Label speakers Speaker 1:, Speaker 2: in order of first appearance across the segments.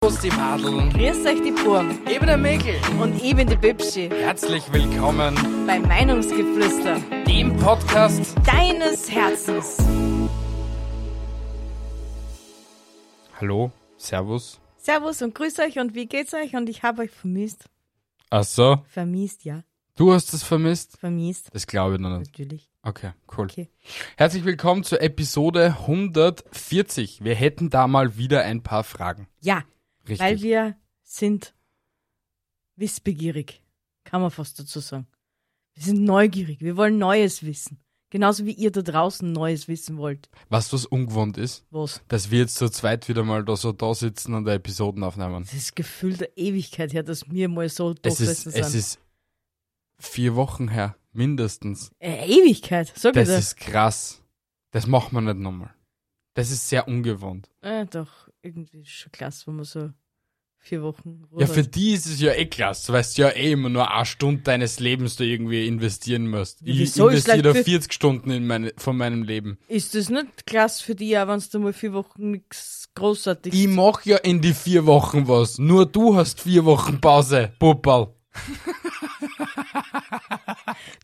Speaker 1: Servus die Madeln,
Speaker 2: Grüß euch die Burm
Speaker 1: eben der Mäkel.
Speaker 2: und ich bin die Bibschi
Speaker 1: Herzlich willkommen
Speaker 2: bei Meinungsgeflüster
Speaker 1: dem Podcast.
Speaker 2: deines Herzens.
Speaker 1: Hallo, Servus.
Speaker 2: Servus und grüß euch und wie geht's euch? Und ich habe euch vermisst.
Speaker 1: Ach so,
Speaker 2: Vermisst, ja.
Speaker 1: du hast es vermisst?
Speaker 2: Vermisst,
Speaker 1: Das glaube ich noch nicht.
Speaker 2: natürlich.
Speaker 1: Okay, cool.
Speaker 2: Okay.
Speaker 1: Herzlich willkommen zur Episode 140. Wir hätten da mal wieder ein paar Fragen.
Speaker 2: Ja,
Speaker 1: Richtig.
Speaker 2: weil wir sind wissbegierig, kann man fast dazu sagen. Wir sind neugierig, wir wollen Neues wissen. Genauso wie ihr da draußen Neues wissen wollt.
Speaker 1: weißt du, was ungewohnt ist?
Speaker 2: Was?
Speaker 1: Dass wir jetzt zu zweit wieder mal da so da sitzen und Episoden aufnehmen.
Speaker 2: Das ist gefühlt der Ewigkeit her, dass wir mal so
Speaker 1: Es ist,
Speaker 2: durchsetzen
Speaker 1: es
Speaker 2: sind.
Speaker 1: ist vier Wochen her, mindestens.
Speaker 2: Äh, Ewigkeit, sag ich
Speaker 1: Das
Speaker 2: dir.
Speaker 1: ist krass. Das machen wir nicht nochmal. Das ist sehr ungewohnt.
Speaker 2: Äh, doch, irgendwie ist schon klasse, wenn man so vier Wochen Ruhe
Speaker 1: Ja,
Speaker 2: hat.
Speaker 1: für die ist es ja eh klasse. Du weißt ja eh immer nur eine Stunde deines Lebens da irgendwie investieren musst.
Speaker 2: Ja,
Speaker 1: Ich
Speaker 2: wieso? Ist
Speaker 1: investiere da
Speaker 2: gleich für-
Speaker 1: 40 Stunden in meine, von meinem Leben.
Speaker 2: Ist das nicht klasse für dich, auch wenn du mal vier Wochen nichts Großartiges
Speaker 1: Ich mach ja in die vier Wochen was. Nur du hast vier Wochen Pause, Puppal.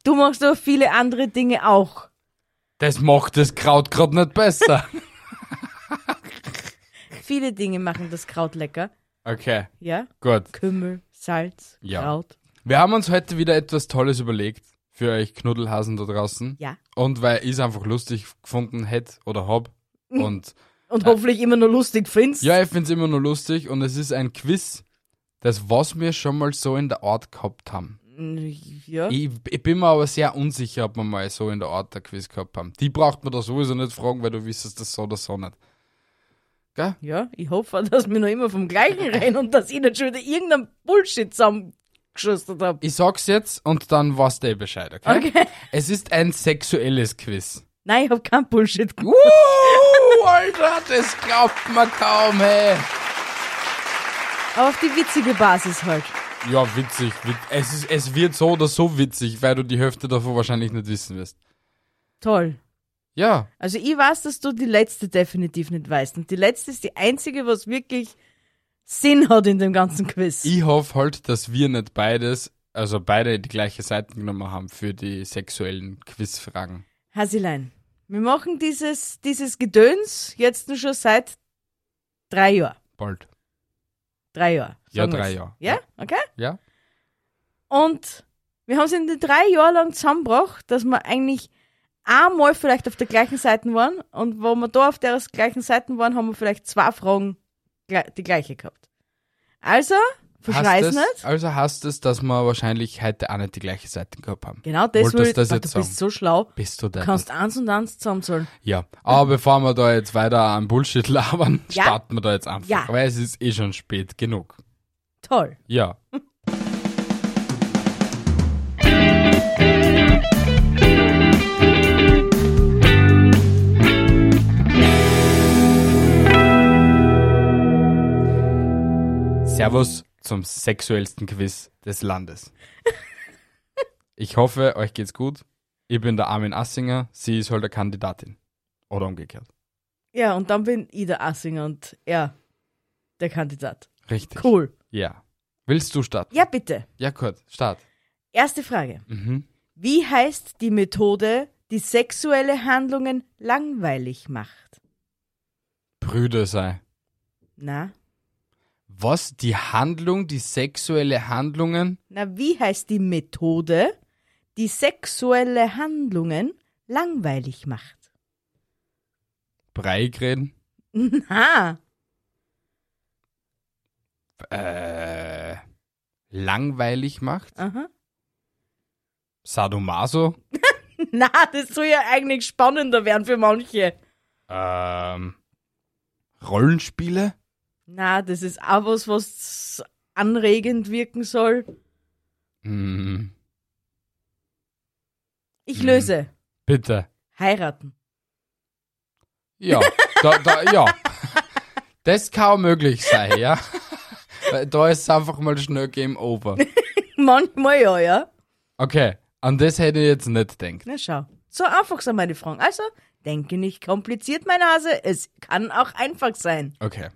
Speaker 2: Du machst aber viele andere Dinge auch.
Speaker 1: Das macht das Kraut gerade nicht besser.
Speaker 2: Viele Dinge machen das Kraut lecker.
Speaker 1: Okay,
Speaker 2: Ja?
Speaker 1: gut.
Speaker 2: Kümmel, Salz,
Speaker 1: Ja.
Speaker 2: Kraut.
Speaker 1: Wir haben uns heute wieder etwas Tolles überlegt für euch Knuddelhasen da draußen.
Speaker 2: Ja.
Speaker 1: Und weil ich es einfach lustig gefunden hätte oder hab.
Speaker 2: Mhm.
Speaker 1: Und
Speaker 2: Und hoffentlich immer nur lustig findest.
Speaker 1: Äh. Ja, ich find's immer nur lustig und es ist ein Quiz, das was wir schon mal so in der Art gehabt haben.
Speaker 2: Mhm. ja.
Speaker 1: Ich, ich bin mir aber sehr unsicher, ob wir mal so in der Art ein Quiz gehabt haben. Die braucht man da sowieso nicht fragen, weil du wüsstest das so oder so nicht. Gell?
Speaker 2: Ja, ich hoffe, dass wir noch immer vom Gleichen reden und dass ich nicht schon wieder irgendeinen Bullshit zusammengeschustert habe.
Speaker 1: Ich sag's jetzt und dann weißt du eh Bescheid, okay?
Speaker 2: Okay.
Speaker 1: Es ist ein sexuelles Quiz.
Speaker 2: Nein, ich habe keinen Bullshit gemacht.
Speaker 1: Uh, Alter, das glaubt man kaum, hey.
Speaker 2: Aber auf die witzige Basis halt.
Speaker 1: Ja, witzig. wit- Es, ist, es wird so oder so witzig, weil du die Hälfte davon wahrscheinlich nicht wissen wirst.
Speaker 2: Toll.
Speaker 1: Ja,
Speaker 2: Also ich weiß, dass du die letzte definitiv nicht weißt. Und die letzte ist die einzige, was wirklich Sinn hat in dem ganzen Quiz.
Speaker 1: Ich hoffe halt, dass wir nicht beides, also beide die gleiche Seite genommen haben für die sexuellen Quizfragen.
Speaker 2: Hasilein, wir machen dieses, dieses Gedöns jetzt nur schon seit drei Jahren.
Speaker 1: Bald.
Speaker 2: Drei Jahre.
Speaker 1: Ja,
Speaker 2: sagen wir
Speaker 1: drei
Speaker 2: es.
Speaker 1: Jahre.
Speaker 2: Ja? Okay.
Speaker 1: Ja?
Speaker 2: Und wir haben es in den drei Jahren lang zusammengebracht, dass wir eigentlich einmal vielleicht auf der gleichen Seite waren. Und wo wir da auf der gleichen Seite waren, haben wir vielleicht zwei Fragen gle- die gleiche gehabt. Also, verschleiß
Speaker 1: Hast es-
Speaker 2: nicht.
Speaker 1: Also hast es, dass wir wahrscheinlich heute auch nicht die gleiche Seite gehabt haben.
Speaker 2: Genau das
Speaker 1: Wolltest
Speaker 2: wollte
Speaker 1: das
Speaker 2: ich. Boah,
Speaker 1: jetzt
Speaker 2: du bist so schlau.
Speaker 1: Bist du
Speaker 2: Du
Speaker 1: da?
Speaker 2: kannst eins und eins zusammenzahlen.
Speaker 1: Ja. Aber bevor wir da jetzt weiter an Bullshit labern,
Speaker 2: Ja.
Speaker 1: starten wir da jetzt einfach.
Speaker 2: Ja.
Speaker 1: Weil es ist eh schon spät genug.
Speaker 2: Toll.
Speaker 1: Ja. Servus zum sexuellsten Quiz des Landes. Ich hoffe, euch geht's gut. Ich bin der Armin Assinger, sie ist halt eine Kandidatin. Oder umgekehrt.
Speaker 2: Ja, und dann bin ich der Assinger und er der Kandidat.
Speaker 1: Richtig.
Speaker 2: Cool.
Speaker 1: Ja. Willst du starten?
Speaker 2: Ja, bitte.
Speaker 1: Ja, gut. Start.
Speaker 2: Erste Frage.
Speaker 1: Mhm.
Speaker 2: Wie heißt die Methode, die sexuelle Handlungen langweilig macht?
Speaker 1: Brüder sei.
Speaker 2: Na?
Speaker 1: Was? Die Handlung, die sexuelle Handlungen?
Speaker 2: Na, wie heißt die Methode, die sexuelle Handlungen langweilig macht?
Speaker 1: Brei reden?
Speaker 2: Na,
Speaker 1: Äh, langweilig macht?
Speaker 2: aha.
Speaker 1: Sadomaso?
Speaker 2: Na, das soll ja eigentlich spannender werden für manche.
Speaker 1: Ähm, Rollenspiele?
Speaker 2: Na, das ist auch was, was anregend wirken soll.
Speaker 1: Hm.
Speaker 2: Ich löse.
Speaker 1: Bitte.
Speaker 2: Heiraten.
Speaker 1: Ja, da, da, ja. Das kann möglich sein, ja. Weil Da ist es einfach mal schnell Game Over.
Speaker 2: Manchmal ja, ja.
Speaker 1: Okay, an das hätte ich jetzt nicht gedacht.
Speaker 2: Na schau. So einfach sind meine Fragen. Also, denke nicht kompliziert, meine Hase. Es kann auch einfach sein.
Speaker 1: Okay,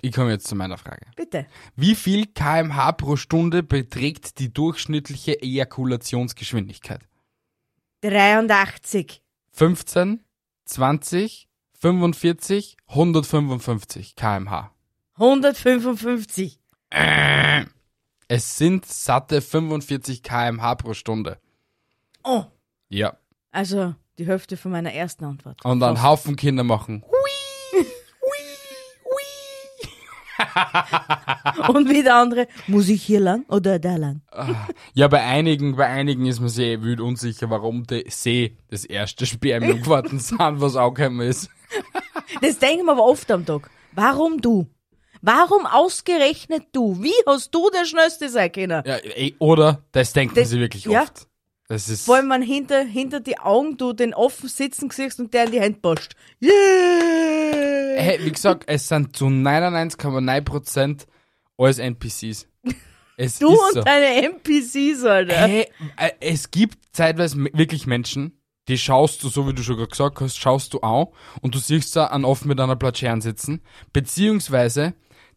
Speaker 1: ich komme jetzt zu meiner Frage.
Speaker 2: Bitte.
Speaker 1: Wie viel kmh pro Stunde beträgt die durchschnittliche Ejakulationsgeschwindigkeit?
Speaker 2: 83.
Speaker 1: 15, 20, 45, 155 kmh.
Speaker 2: 155.
Speaker 1: Es sind satte 45 kmh pro Stunde.
Speaker 2: Oh.
Speaker 1: Ja.
Speaker 2: Also, die Hälfte von meiner ersten Antwort. Oh.
Speaker 1: Und einen Haufen Kinder machen.
Speaker 2: Und wie der andere, muss ich hier lang oder da lang?
Speaker 1: Ja, bei einigen, bei einigen ist man sich eh wild unsicher, warum der See das erste Spermium geworden sind, was auch kein ist.
Speaker 2: Das denken wir aber oft am Tag. Warum du? Warum ausgerechnet du? Wie hast du der Schnellste sein können?
Speaker 1: Ja, eh, oder? Das denkt man
Speaker 2: Das-
Speaker 1: sich wirklich
Speaker 2: ja.
Speaker 1: oft. Das ist.
Speaker 2: Vor allem, wenn hinter, hinter die Augen du den offen sitzen siehst und der in die Hand passt. Yeah!
Speaker 1: Hey, wie gesagt, es sind zu 99,9% alles NPCs. Es
Speaker 2: Du
Speaker 1: ist
Speaker 2: und
Speaker 1: so.
Speaker 2: deine NPCs, Alter.
Speaker 1: Hey, äh, es gibt zeitweise m- wirklich Menschen, die schaust du, so wie du schon gerade gesagt hast, schaust du auch und du siehst da einen offen mit einer Platschern sitzen, beziehungsweise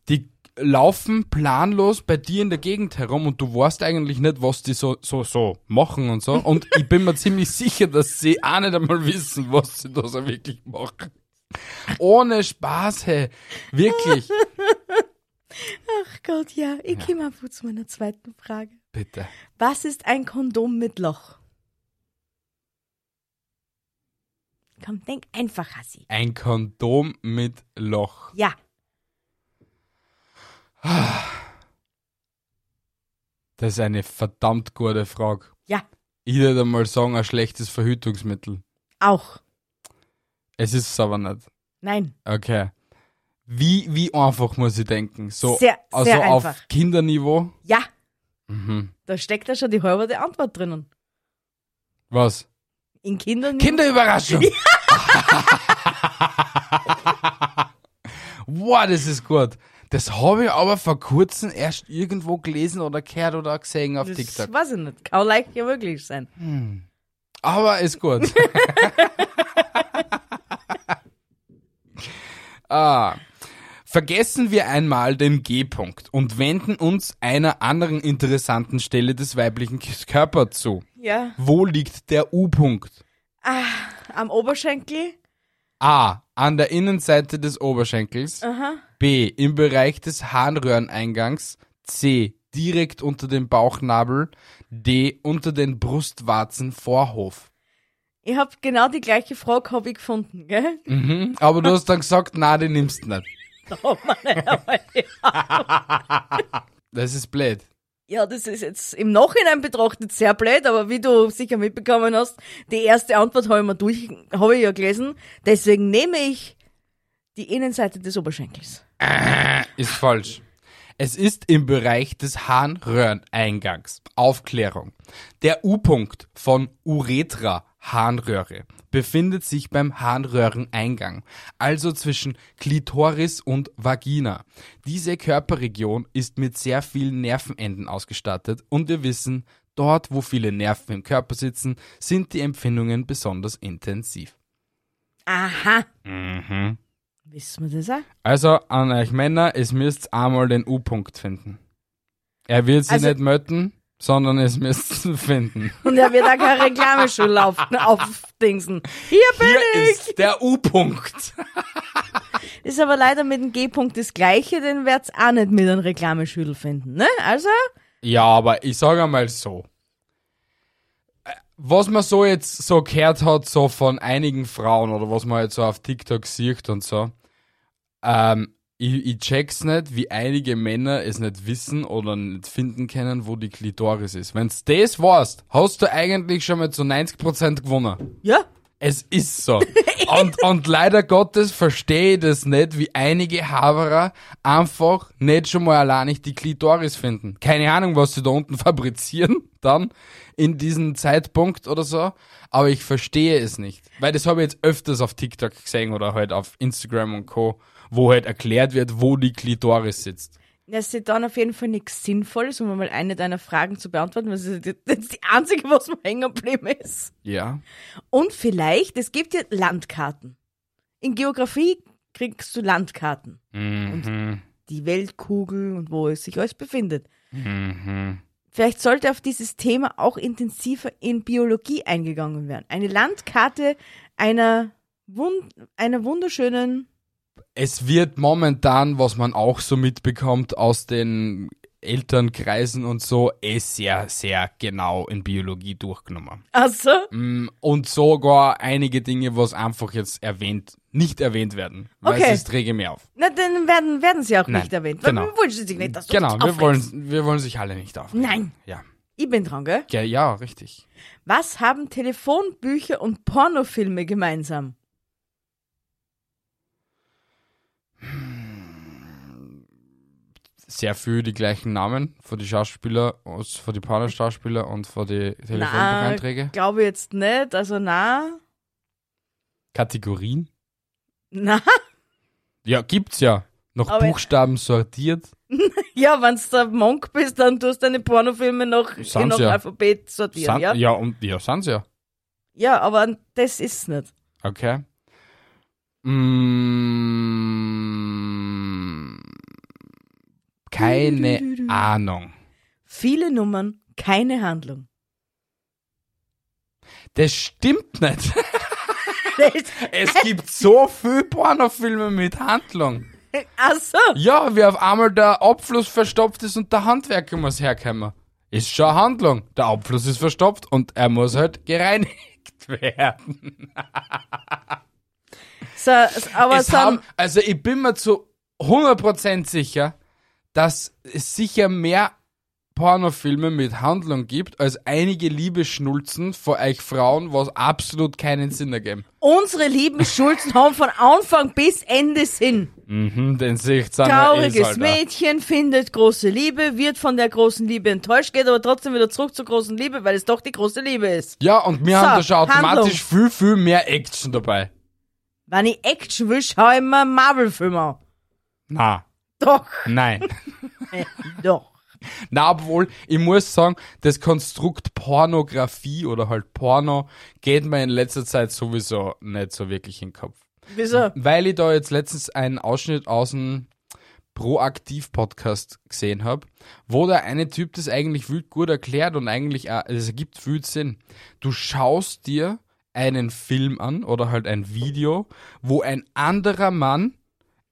Speaker 1: die laufen planlos bei dir in der Gegend herum und du weißt eigentlich nicht, was die so, so, so machen und so. Und ich bin mir ziemlich sicher, dass sie auch nicht einmal wissen, was sie da so wirklich machen. Ohne Spaß, hey. Wirklich.
Speaker 2: Ach Gott, ja. Ich ja. komme einfach zu meiner zweiten Frage.
Speaker 1: Bitte.
Speaker 2: Was ist ein Kondom mit Loch? Komm, denk einfach, Hassi.
Speaker 1: Ein Kondom mit Loch.
Speaker 2: Ja,
Speaker 1: Das ist eine verdammt gute Frage.
Speaker 2: ja,
Speaker 1: Ich würde einmal sagen, ein schlechtes Verhütungsmittel.
Speaker 2: auch.
Speaker 1: Es ist es aber nicht.
Speaker 2: Nein.
Speaker 1: Okay. Wie, wie einfach muss ich denken? So,
Speaker 2: Sehr,
Speaker 1: also
Speaker 2: sehr einfach.
Speaker 1: auf Kinderniveau?
Speaker 2: Ja,
Speaker 1: Mhm.
Speaker 2: da steckt ja schon die halbe Antwort drinnen.
Speaker 1: Was?
Speaker 2: In Kindern.
Speaker 1: Kinderüberraschung! wow, das ist gut. Das habe ich aber vor kurzem erst irgendwo gelesen oder gehört oder gesehen auf
Speaker 2: das
Speaker 1: TikTok.
Speaker 2: weiß ich nicht. Kann leicht ja wirklich sein.
Speaker 1: Aber ist gut. ah. Vergessen wir einmal den G-Punkt und wenden uns einer anderen interessanten Stelle des weiblichen Körpers zu.
Speaker 2: Ja,
Speaker 1: Wo liegt der U-Punkt?
Speaker 2: am Oberschenkel.
Speaker 1: A. An der Innenseite des Oberschenkels.
Speaker 2: Aha.
Speaker 1: B. Im Bereich des Harnröhreneingangs. C. Direkt unter dem Bauchnabel. D. Unter den Brustwarzen Vorhof.
Speaker 2: Ich hab genau die gleiche Frage hab ich gefunden, gell?
Speaker 1: Mhm. Aber du hast dann gesagt, na, den nimmst du nicht.
Speaker 2: Oh Mann,
Speaker 1: Das ist blöd.
Speaker 2: ja, das ist jetzt im Nachhinein betrachtet sehr blöd, aber wie du sicher mitbekommen hast, die erste Antwort habe ich mal durch, habe ich ja gelesen. Deswegen nehme ich die Innenseite des Oberschenkels.
Speaker 1: Ist falsch. Es ist im Bereich des Harnröhreneingangs. Aufklärung. Der U-Punkt von Uretra Harnröhre befindet sich beim Harnröhreneingang, also zwischen Klitoris und Vagina. Diese Körperregion ist mit sehr vielen Nervenenden ausgestattet und wir wissen, dort wo viele Nerven im Körper sitzen, sind die Empfindungen besonders intensiv.
Speaker 2: Aha.
Speaker 1: Mhm.
Speaker 2: Wissen wir das auch?
Speaker 1: Also an euch Männer, es müsst einmal den U-Punkt finden. Er wird sie
Speaker 2: Also-
Speaker 1: nicht möten, sondern es müsst ihn finden.
Speaker 2: Und er wird auch keine Reklameschuhe laufen, aufdingsen. Hier bin
Speaker 1: Hier
Speaker 2: ich!
Speaker 1: ist der U-Punkt.
Speaker 2: Ist aber leider mit dem G-Punkt das gleiche, den wird's auch nicht mit einem Reklameschüttel finden, ne? Also,
Speaker 1: Ja, aber ich sage einmal so. Äh, Was man so jetzt so gehört hat, so von einigen Frauen oder was man jetzt so auf TikTok sieht und so, ähm, ich, ich check's nicht, wie einige Männer es nicht wissen oder nicht finden können, wo die Klitoris ist. Wenn's das warst, hast du eigentlich schon mal zu 90% gewonnen.
Speaker 2: ja,
Speaker 1: Es ist so. Und, und leider Gottes verstehe ich das nicht, wie einige Haverer einfach nicht schon mal allein nicht die Klitoris finden. Keine Ahnung, was sie da unten fabrizieren, dann in diesem Zeitpunkt oder so. Aber ich verstehe es nicht. Weil das habe ich jetzt öfters auf TikTok gesehen oder halt auf Instagram und Co., wo halt erklärt wird, wo die Klitoris sitzt.
Speaker 2: Das ist dann auf jeden Fall nichts Sinnvolles, um mal eine deiner Fragen zu beantworten, weil das ist die- das ist die einzige, was mir hängen geblieben ist.
Speaker 1: Ja.
Speaker 2: Und vielleicht, es gibt ja Landkarten. In Geografie kriegst du Landkarten.
Speaker 1: Mhm.
Speaker 2: Die Weltkugel und wo es sich alles befindet.
Speaker 1: Mhm.
Speaker 2: Vielleicht sollte auf dieses Thema auch intensiver in Biologie eingegangen werden. Eine Landkarte einer, wund einer wunderschönen
Speaker 1: es wird momentan, was man auch so mitbekommt aus den Elternkreisen und so, ist sehr, sehr genau in Biologie durchgenommen.
Speaker 2: Also,
Speaker 1: Mm, Und sogar einige Dinge, was einfach jetzt erwähnt, nicht erwähnt werden. Weil
Speaker 2: Okay.
Speaker 1: es ist rege mir auf.
Speaker 2: na, dann werden, werden sie auch
Speaker 1: Nein,
Speaker 2: nicht erwähnt.
Speaker 1: genau.
Speaker 2: Weil wir wünschen sich nicht, dass du
Speaker 1: Genau,
Speaker 2: uns
Speaker 1: wir
Speaker 2: aufregst.
Speaker 1: wollen, wir wollen sich alle nicht auf.
Speaker 2: Nein.
Speaker 1: Ja.
Speaker 2: Ich bin dran, gell?
Speaker 1: Ja, ja, richtig.
Speaker 2: Was haben Telefonbücher und Pornofilme gemeinsam?
Speaker 1: Sehr viel die gleichen Namen für die Schauspieler, aus- für die Pornoschauspieler und für die Telefonbucheinträge.
Speaker 2: Glaube ich jetzt nicht, also na,
Speaker 1: Kategorien?
Speaker 2: na,
Speaker 1: Ja, gibt's ja. Nach
Speaker 2: Aber-
Speaker 1: Buchstaben sortiert.
Speaker 2: ja, wenns der Monk bist, dann tust du deine Pornofilme noch
Speaker 1: Sind
Speaker 2: nach
Speaker 1: sie ja.
Speaker 2: Alphabet sortieren,
Speaker 1: San-
Speaker 2: ja?
Speaker 1: ja,
Speaker 2: ja?
Speaker 1: und ja, sind sie ja.
Speaker 2: aber das ist nicht.
Speaker 1: Okay. Mm, keine Ahnung.
Speaker 2: Viele Nummern, keine Handlung.
Speaker 1: Das stimmt nicht.
Speaker 2: Das-
Speaker 1: Es gibt so viel Pornofilme mit Handlung.
Speaker 2: also,
Speaker 1: Ja, wie auf einmal der Abfluss verstopft ist und der Handwerker muss herkommen. Ist schon eine Handlung. Der Abfluss ist verstopft und er muss halt gereinigt werden.
Speaker 2: so, aber
Speaker 1: es
Speaker 2: so,
Speaker 1: haben, also ich bin mir zu 100% sicher, dass es sicher mehr Pornofilme mit Handlung gibt, als einige Liebesschnulzen von euch Frauen, was absolut keinen Sinn ergeben.
Speaker 2: unsere lieben Schulzen haben von Anfang bis Ende Sinn.
Speaker 1: Mhm, den seht ihr halt
Speaker 2: Trauriges Mädchen findet große Liebe, wird von der großen Liebe enttäuscht, geht aber trotzdem wieder zurück zur großen Liebe, weil es doch die große Liebe ist.
Speaker 1: Ja, und wir
Speaker 2: So,
Speaker 1: haben da schon automatisch viel, viel mehr Action dabei.
Speaker 2: Wenn ich Action will, schaue ich mir einen Marvel-Film an.
Speaker 1: Na,
Speaker 2: Doch,
Speaker 1: nein.
Speaker 2: doch.
Speaker 1: Na, obwohl, ich muss sagen, das Konstrukt Pornografie oder halt Porno geht mir in letzter Zeit sowieso nicht so wirklich in den Kopf.
Speaker 2: Wieso?
Speaker 1: weil ich da jetzt letztens einen Ausschnitt aus dem Proaktiv-Podcast gesehen habe, wo der eine Typ das eigentlich wild gut erklärt und eigentlich, auch- also es ergibt wild Sinn. Du schaust dir einen Film an oder halt ein Video, wo ein anderer Mann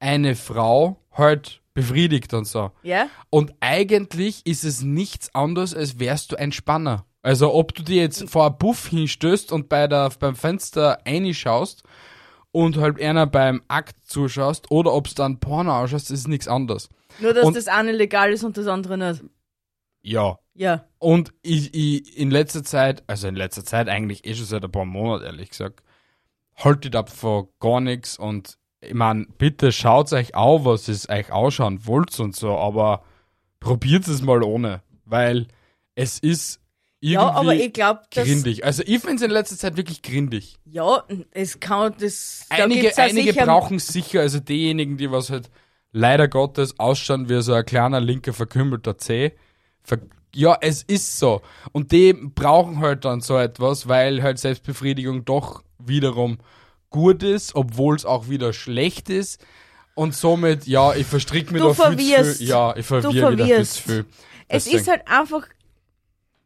Speaker 1: eine Frau halt befriedigt und so.
Speaker 2: Ja?
Speaker 1: Und eigentlich ist es nichts anderes, als wärst du ein Spanner. Also ob du dir jetzt vor einen Buff hinstößt und bei der, beim Fenster reinschaust und halt einer beim Akt zuschaust oder ob es dann Porno ausschaust, ist nichts anderes.
Speaker 2: Nur, dass
Speaker 1: Und-
Speaker 2: das eine legal ist und das andere nicht.
Speaker 1: Ja.
Speaker 2: Ja.
Speaker 1: Und ich, ich in letzter Zeit, also in letzter Zeit eigentlich eh schon seit ein paar Monaten, ehrlich gesagt, haltet ab vor gar nichts und ich meine, bitte schaut euch auf, was es euch ausschauen wollt und so, aber probiert es mal ohne, weil es ist irgendwie
Speaker 2: Ja, aber ich glaube, dass.
Speaker 1: grindig. Also ich finde es in letzter Zeit wirklich grindig.
Speaker 2: Ja, es kann, das. da
Speaker 1: Einige,
Speaker 2: gibt's ja
Speaker 1: einige
Speaker 2: sicher-
Speaker 1: brauchen sicher, also diejenigen, die was halt leider Gottes ausschauen wie so ein kleiner linker verkümmelter Zeh. Ver ja, es ist so. Und die brauchen halt dann so etwas, weil halt Selbstbefriedigung doch wiederum gut ist, obwohl es auch wieder schlecht ist. Und somit, ja, ich verstrick mich
Speaker 2: Du
Speaker 1: da viel zu
Speaker 2: verwirrst.
Speaker 1: viel. Ja, ich
Speaker 2: Du
Speaker 1: verwirre wieder viel
Speaker 2: verwirrst.
Speaker 1: zu viel.
Speaker 2: Es
Speaker 1: Deswegen.
Speaker 2: ist halt einfach.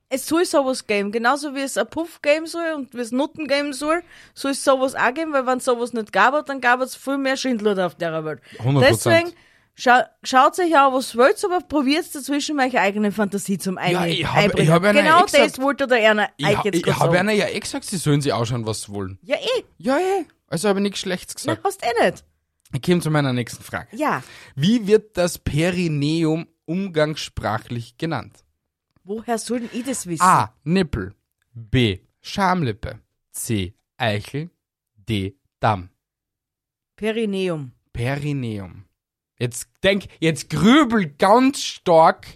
Speaker 2: Es soll sowas geben. Genauso wie es ein Puff geben soll und wie es Nutten geben soll, soll es sowas auch geben, weil wenn es sowas nicht gab, dann gab es viel mehr Schindler auf der Welt.
Speaker 1: 100%.
Speaker 2: Deswegen scha schaut euch an, was wollt, aber probiert dazwischen meine eigene Fantasie zum ein
Speaker 1: Ja, ich hab- ich
Speaker 2: einbringen.
Speaker 1: hab ja noch eh
Speaker 2: Genau das
Speaker 1: gesagt-
Speaker 2: wollte der Erna
Speaker 1: ich
Speaker 2: euch
Speaker 1: ha-
Speaker 2: jetzt
Speaker 1: ich
Speaker 2: gerade
Speaker 1: habe
Speaker 2: sagen.
Speaker 1: einer ja eh gesagt, sie sollen sie ausschauen, was sie wollen.
Speaker 2: Ja, eh.
Speaker 1: Ja, eh. Also habe ich nichts Schlechtes
Speaker 2: Na,
Speaker 1: gesagt.
Speaker 2: hast eh nicht.
Speaker 1: Ich komme zu meiner nächsten Frage.
Speaker 2: Ja.
Speaker 1: Wie wird das Perineum umgangssprachlich genannt?
Speaker 2: Woher
Speaker 1: Ah.
Speaker 2: soll denn ich das wissen?
Speaker 1: A. Nippel. B. Schamlippe. C. Eichel. de Damm.
Speaker 2: Perineum.
Speaker 1: Perineum. Jetzt denk, jetzt grübel ganz stark.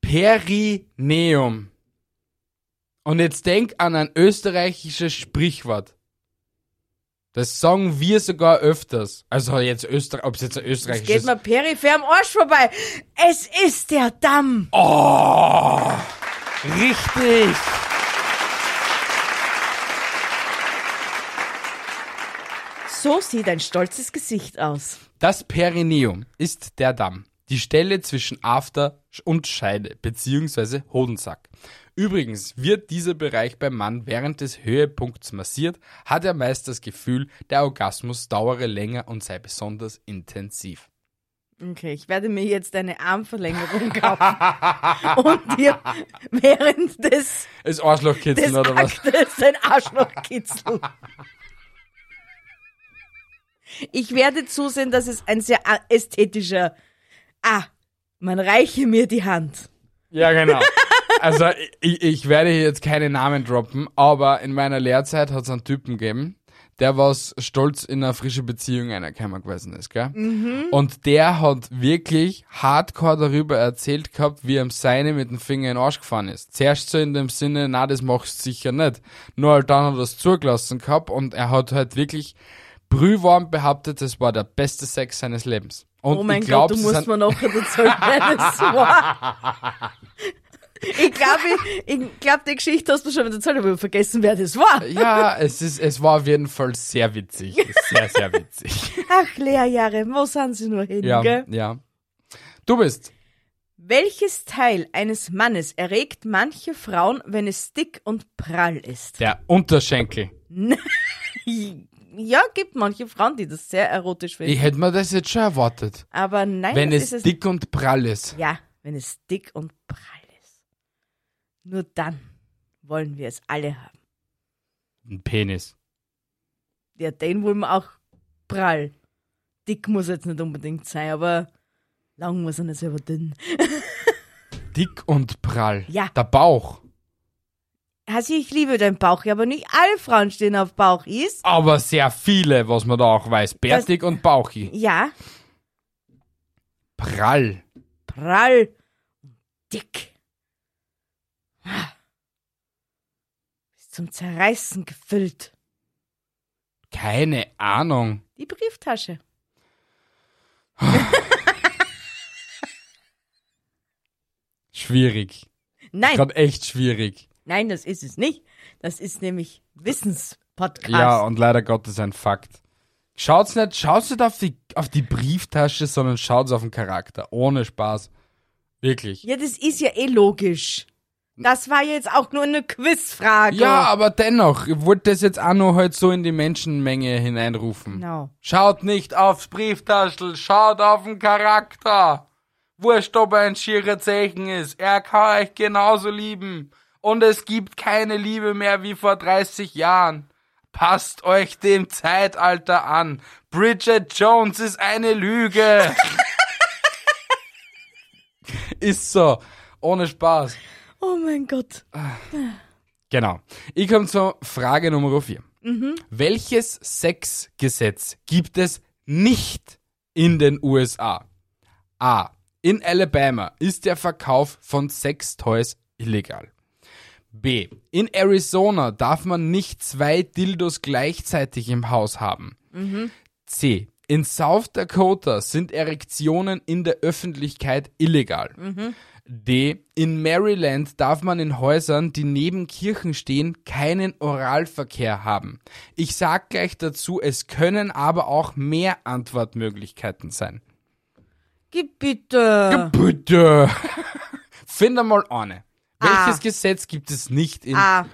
Speaker 1: Perineum. Und jetzt denk an ein österreichisches Sprichwort. Das sagen wir sogar öfters. Also jetzt Österreich, ob es jetzt ein
Speaker 2: Es geht
Speaker 1: österreichisches.
Speaker 2: mir peripher am Arsch vorbei. Es ist der Damm.
Speaker 1: Oh! Richtig!
Speaker 2: So sieht ein stolzes Gesicht aus.
Speaker 1: Das Perineum ist der Damm, die Stelle zwischen After und Scheide bzw. Hodensack. Übrigens wird dieser Bereich beim Mann während des Höhepunkts massiert, hat er meist das Gefühl, der Orgasmus dauere länger und sei besonders intensiv.
Speaker 2: Okay, ich werde mir jetzt eine Armverlängerung kaufen und dir während des,
Speaker 1: Ist Arschlochkitzeln
Speaker 2: des
Speaker 1: oder was?
Speaker 2: Aktes dein Arschloch kitzeln. Ich werde zusehen, dass es ein sehr a- ästhetischer. Ah, man reiche mir die Hand.
Speaker 1: Ja, genau. Also ich, ich werde hier jetzt keine Namen droppen, aber in meiner Lehrzeit hat es einen Typen gegeben, der was stolz in einer frische Beziehung einer Kammer gewesen ist, gell?
Speaker 2: Mhm.
Speaker 1: Und der hat wirklich hardcore darüber erzählt gehabt, wie ihm seine mit dem Finger in den Arsch gefahren ist. Zuerst so in dem Sinne, na, das machst du sicher nicht. Nur halt dann hat er es zugelassen gehabt und er hat halt wirklich brühwarm behauptet, das war der beste Sex seines Lebens. Und
Speaker 2: oh mein
Speaker 1: ich glaub,
Speaker 2: Gott, du
Speaker 1: sie sind-
Speaker 2: musst mir nachher erzählen, wer das war. Ich glaube, ich, ich glaub, die Geschichte hast du schon wieder erzählt, aber ich hab vergessen, wer das war.
Speaker 1: Ja, es ist, es war auf jeden Fall sehr witzig. Sehr, sehr witzig.
Speaker 2: Ach, Lehrjahre, wo sind sie nur hin,
Speaker 1: Ja,
Speaker 2: gell?
Speaker 1: ja. Du bist.
Speaker 2: Welches Teil eines Mannes erregt manche Frauen, wenn es dick und prall ist?
Speaker 1: Der Unterschenkel.
Speaker 2: Ja, gibt manche Frauen, die das sehr erotisch finden.
Speaker 1: Ich hätte mir das jetzt schon erwartet.
Speaker 2: Aber nein,
Speaker 1: Wenn
Speaker 2: das
Speaker 1: es
Speaker 2: ist es
Speaker 1: dick und prall ist.
Speaker 2: Ja, wenn es dick und prall ist. Nur dann wollen wir es alle haben.
Speaker 1: Ein Penis.
Speaker 2: Ja, den wollen wir auch prall. Dick muss jetzt nicht unbedingt sein, aber lang muss er nicht selber dünn.
Speaker 1: Dick und prall.
Speaker 2: Ja.
Speaker 1: Der Bauch.
Speaker 2: Hasi, ich liebe deinen Bauch, ja, aber nicht alle Frauen stehen auf Bauch. Ist?
Speaker 1: Aber sehr viele, was man da auch weiß. Bärtig und bauchig.
Speaker 2: Ja,
Speaker 1: Prall.
Speaker 2: prall und dick. Ah. Bis zum Zerreißen gefüllt.
Speaker 1: Keine Ahnung.
Speaker 2: Die Brieftasche.
Speaker 1: Schwierig.
Speaker 2: Nein,
Speaker 1: Gerade echt schwierig.
Speaker 2: nein, das ist es nicht. Das ist nämlich Wissenspodcast.
Speaker 1: Ja, und leider Gottes ein Fakt. Schaut's nicht, schaut's nicht auf die, auf die Brieftasche, sondern schaut's auf den Charakter. Ohne Spaß. Wirklich.
Speaker 2: ja, das ist ja eh logisch. Das war jetzt auch nur eine Quizfrage.
Speaker 1: Ja, aber dennoch, ich wollte das jetzt auch nur halt so in die Menschenmenge hineinrufen.
Speaker 2: Genau.
Speaker 1: Schaut nicht aufs Brieftaschel, schaut auf den Charakter. Wurscht, ob er ein schierer Zeichen ist, er kann euch genauso lieben. Und es gibt keine Liebe mehr wie vor 30 Jahren. Passt euch dem Zeitalter an. Bridget Jones ist eine Lüge. ist so. Ohne Spaß.
Speaker 2: Oh mein Gott.
Speaker 1: Genau. Ich komme zur Frage Nummer 4. Welches Sexgesetz gibt es nicht in den USA? A. In Alabama ist der Verkauf von Sextoys illegal. B. In Arizona darf man nicht zwei Dildos gleichzeitig im Haus haben. C. In South Dakota sind Erektionen in der Öffentlichkeit illegal. D. In Maryland darf man in Häusern, die neben Kirchen stehen, keinen Oralverkehr haben. Ich sag gleich dazu, es können aber auch mehr Antwortmöglichkeiten sein.
Speaker 2: Gib bitte.
Speaker 1: Bitte! Finde mal eine.
Speaker 2: Ah.
Speaker 1: Welches Gesetz gibt es nicht in.
Speaker 2: ah,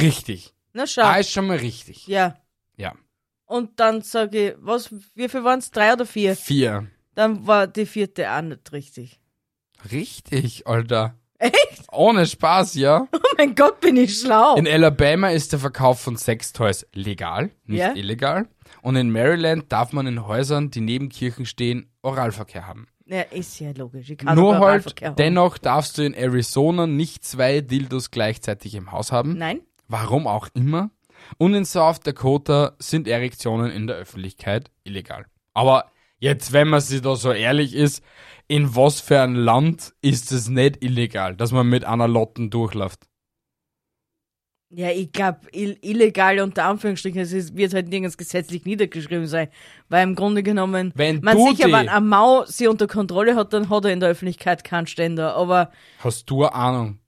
Speaker 1: Richtig.
Speaker 2: na schau.
Speaker 1: Da ist schon mal richtig.
Speaker 2: ja.
Speaker 1: Ja.
Speaker 2: Und dann sage ich, was, wie viel waren's Drei oder vier?
Speaker 1: Vier.
Speaker 2: Dann war die vierte auch nicht richtig.
Speaker 1: Richtig, Alter.
Speaker 2: Echt?
Speaker 1: Ohne Spaß, ja.
Speaker 2: Oh mein Gott, bin ich schlau.
Speaker 1: In Alabama ist der Verkauf von Sextoys legal, nicht
Speaker 2: Ja.
Speaker 1: illegal. Und in Maryland darf man in Häusern, die neben Kirchen stehen, Oralverkehr haben.
Speaker 2: ja, ist ja logisch. Ich kann
Speaker 1: Nur
Speaker 2: auch
Speaker 1: halt,
Speaker 2: Oralverkehr haben.
Speaker 1: dennoch darfst du in Arizona nicht zwei Dildos gleichzeitig im Haus haben.
Speaker 2: Nein?
Speaker 1: Warum auch immer. Und in South Dakota sind Erektionen in der Öffentlichkeit illegal. Aber jetzt, wenn man sich da so ehrlich ist, in was für ein Land ist es nicht illegal, dass man mit einer Lotten durchläuft?
Speaker 2: Ja, ich glaube, ill illegal unter Anführungsstrichen, es ist- wird halt nirgends gesetzlich niedergeschrieben sein. Weil im Grunde genommen,
Speaker 1: Wenn
Speaker 2: man
Speaker 1: du
Speaker 2: sicher,
Speaker 1: die-
Speaker 2: wenn ein Mau sie unter Kontrolle hat, dann hat er in der Öffentlichkeit keinen Ständer. Aber
Speaker 1: Hast du eine Ahnung?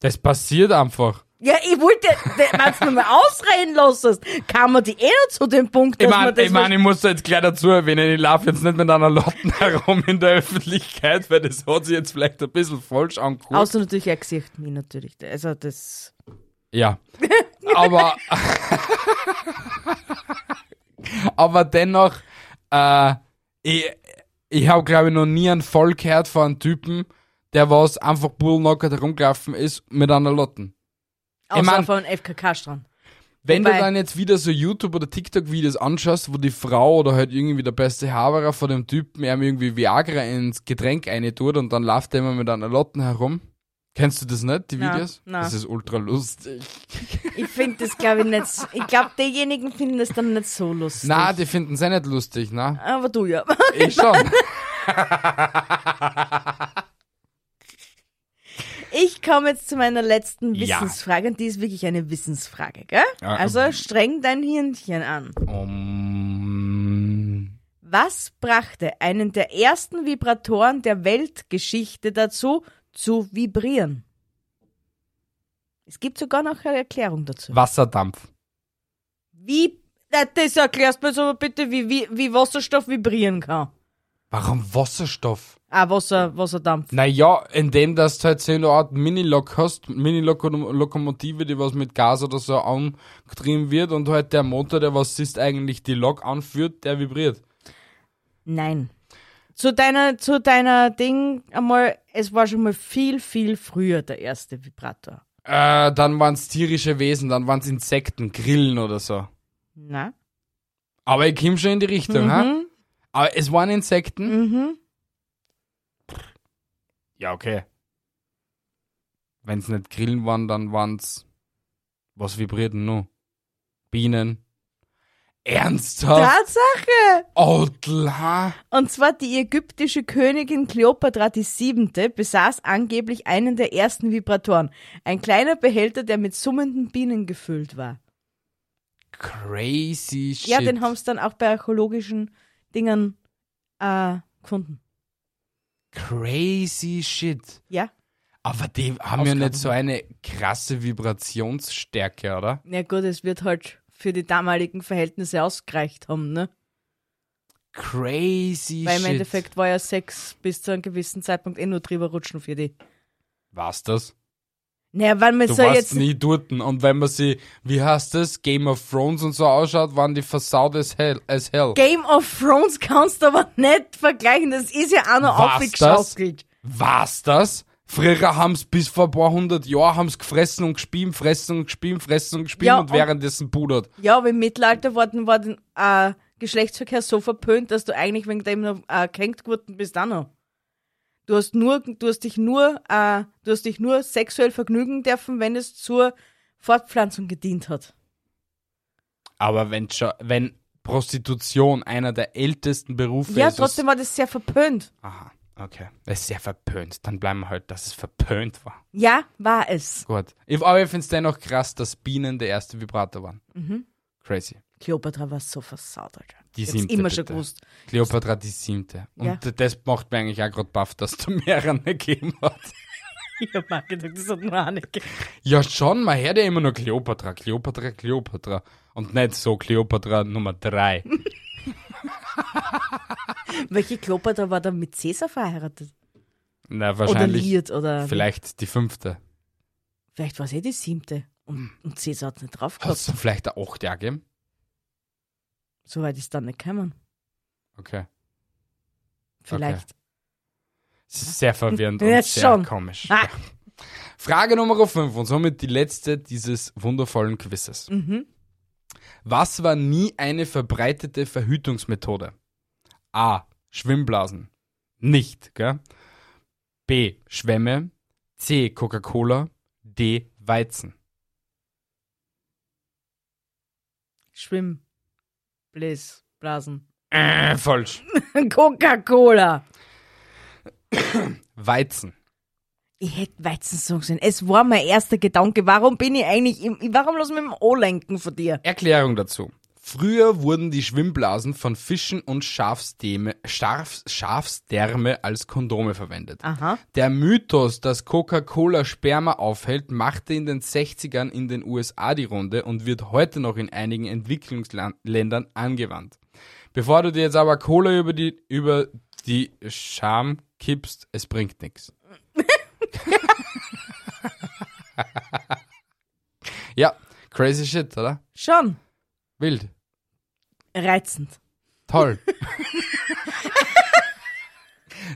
Speaker 1: Das passiert einfach.
Speaker 2: ja, ich wollte, wenn du mir mal ausreden lassest, kam man die eh noch zu dem Punkt, dass
Speaker 1: Ich
Speaker 2: man
Speaker 1: meine,
Speaker 2: das
Speaker 1: ich, mein, ich muss da jetzt gleich dazu erwähnen, ich laufe jetzt nicht mit einer Lotten herum in der Öffentlichkeit, weil das hat sich jetzt vielleicht ein bisschen falsch angeguckt.
Speaker 2: Außer natürlich ein Gesicht, mich natürlich. Also das.
Speaker 1: Ja. Aber, aber dennoch, äh, ich, ich habe glaube ich noch nie einen Fall gehört von einem Typen, der was einfach bullnockert herumgelaufen ist mit einer Lotten.
Speaker 2: Außer
Speaker 1: mein-
Speaker 2: von FKK strand
Speaker 1: Wenn
Speaker 2: Wobei-
Speaker 1: du dann jetzt wieder so YouTube oder TikTok-Videos anschaust, wo die Frau oder halt irgendwie der beste Haberer von dem Typen ihm irgendwie Viagra ins Getränk tut und dann läuft der immer mit einer Lotten herum. Kennst du das nicht, die
Speaker 2: Na,
Speaker 1: Videos?
Speaker 2: na.
Speaker 1: Das ist ultra lustig.
Speaker 2: Ich finde das, glaube ich, nicht. so- Ich glaube, diejenigen finden das dann nicht so lustig.
Speaker 1: Na, die finden es eh nicht lustig, na.
Speaker 2: Aber du ja.
Speaker 1: Ich schon.
Speaker 2: Ich komme jetzt zu meiner letzten
Speaker 1: Ja. Ah,
Speaker 2: Wissensfrage und die ist wirklich eine Wissensfrage, gell?
Speaker 1: Ja,
Speaker 2: also streng dein Hirnchen an.
Speaker 1: Um,
Speaker 2: Was brachte einen der ersten Vibratoren der Weltgeschichte dazu, zu vibrieren? Es gibt sogar noch eine Erklärung dazu.
Speaker 1: Wasserdampf.
Speaker 2: Wie, Na, das erklärst du mir jetzt aber bitte, wie, wie, wie Wasserstoff vibrieren kann.
Speaker 1: Warum Wasserstoff?
Speaker 2: Ah, Wasser, Wasserdampf.
Speaker 1: Naja, indem das du halt so eine Art Minilok hast, Mini-Lokomotive, die was mit Gas oder so angetrieben wird und halt der Motor, der was ist, eigentlich die Lok anführt, der vibriert.
Speaker 2: Nein. Zu deiner, zu deiner Ding einmal, es war schon mal viel, viel früher der erste Vibrator.
Speaker 1: Äh, dann waren es tierische Wesen, dann waren es Insekten, Grillen oder so.
Speaker 2: Na?
Speaker 1: Aber ich komme schon in die Richtung, ha? Aber es waren Insekten?
Speaker 2: Mhm.
Speaker 1: Ja, okay. Wenn es nicht Grillen waren, dann waren es. Was vibriert denn noch? Bienen. Ernsthaft?
Speaker 2: Tatsache!
Speaker 1: Odla?
Speaker 2: Und zwar die ägyptische Königin Kleopatra VII. besaß angeblich einen der ersten Vibratoren. Ein kleiner Behälter, der mit summenden Bienen gefüllt war.
Speaker 1: Crazy shit.
Speaker 2: Ja, den haben sie dann auch bei archäologischen Dingen äh, gefunden.
Speaker 1: Crazy shit.
Speaker 2: Ja?
Speaker 1: Aber die haben ja nicht so eine krasse Vibrationsstärke, oder?
Speaker 2: Na gut, es wird halt für die damaligen Verhältnisse ausgereicht haben, ne?
Speaker 1: Crazy
Speaker 2: Weil
Speaker 1: shit.
Speaker 2: im Endeffekt war ja Sex bis zu einem gewissen Zeitpunkt eh nur drüber rutschen für die.
Speaker 1: Was das?
Speaker 2: Naja, wenn man
Speaker 1: Du
Speaker 2: so
Speaker 1: warst
Speaker 2: jetzt.
Speaker 1: nie dorten. Und wenn man sie, wie heißt das, Game of Thrones und so ausschaut, waren die versaut as hell. As hell.
Speaker 2: Game of Thrones kannst du aber nicht vergleichen. Das ist ja auch noch
Speaker 1: Was
Speaker 2: aufgeschaukelt.
Speaker 1: Was das? Früher haben's bis vor ein paar hundert Jahren haben's gefressen und gespielt, fressen und gespielt, fressen und gespielt
Speaker 2: Ja,
Speaker 1: und
Speaker 2: und-
Speaker 1: währenddessen pudert.
Speaker 2: Ja, aber im Mittelalter war, den- war den äh, Geschlechtsverkehr so verpönt, dass du eigentlich wegen dem noch äh, kränkt geworden bist auch noch. Du hast nur, du hast dich nur, äh, du hast dich nur sexuell vergnügen dürfen, wenn es zur Fortpflanzung gedient hat.
Speaker 1: Aber wenn, scho- wenn Prostitution einer der ältesten Berufe
Speaker 2: Ja,
Speaker 1: ist.
Speaker 2: trotzdem war das sehr verpönt.
Speaker 1: ist- Aha, okay. Das ist sehr verpönt. Dann bleiben wir halt, dass es verpönt war.
Speaker 2: Ja, war es.
Speaker 1: Gut. Ich, aber ich find's dennoch krass, dass Bienen der erste Vibrator waren.
Speaker 2: Mhm.
Speaker 1: Crazy.
Speaker 2: Kleopatra war so versaut, Alter.
Speaker 1: Die
Speaker 2: Ich hab's
Speaker 1: siebte,
Speaker 2: immer schon
Speaker 1: bitte.
Speaker 2: gewusst.
Speaker 1: Kleopatra die siebte. Und
Speaker 2: Ja.
Speaker 1: das macht mir eigentlich auch gerade baff, dass du mehrere gegeben hat.
Speaker 2: Ich hab mir gedacht, das hat nur eine gegeben.
Speaker 1: Ja, schon, man hört ja immer nur Kleopatra, Kleopatra, Kleopatra. Und nicht so Kleopatra Nummer 3.
Speaker 2: Welche Kleopatra war da mit Cäsar verheiratet?
Speaker 1: Na,
Speaker 2: Oder
Speaker 1: wahrscheinlich.
Speaker 2: liiert? Oder
Speaker 1: Vielleicht die fünfte.
Speaker 2: vielleicht war es eh die siebte. Und, und Cäsar hat nicht drauf gehabt.
Speaker 1: Hast du vielleicht eine acht Jahre gegeben?
Speaker 2: Soweit ist dann nicht gekommen.
Speaker 1: Okay.
Speaker 2: Vielleicht.
Speaker 1: Es ist sehr verwirrend und
Speaker 2: Jetzt
Speaker 1: sehr
Speaker 2: schon.
Speaker 1: komisch.
Speaker 2: Ah.
Speaker 1: Frage Nummer 5 und somit die letzte dieses wundervollen Quizzes.
Speaker 2: Mhm.
Speaker 1: Was war nie eine verbreitete Verhütungsmethode? A. Schwimmblasen. Nicht, gell? B. Schwämme. C. Coca-Cola. D. Weizen.
Speaker 2: Schwimmbläsblasen.
Speaker 1: Äh, falsch.
Speaker 2: Coca-Cola.
Speaker 1: Weizen.
Speaker 2: Ich hätte Weizen sagen sollen. Es war mein erster Gedanke. Warum bin ich eigentlich im, warum lass mich im O lenken von dir?
Speaker 1: Erklärung dazu. Früher wurden die Schwimmblasen von Fischen und Schafsdäme, Schafs, Schafsdärme als Kondome verwendet.
Speaker 2: Aha.
Speaker 1: Der Mythos, dass Coca-Cola Sperma aufhält, machte in den 60ern in den USA die Runde und wird heute noch in einigen Entwicklungsländern angewandt. Bevor du dir jetzt aber Cola über die, über die Scham kippst, es bringt nichts. Ja, crazy shit, oder?
Speaker 2: Schon.
Speaker 1: Wild.
Speaker 2: Reizend.
Speaker 1: Toll.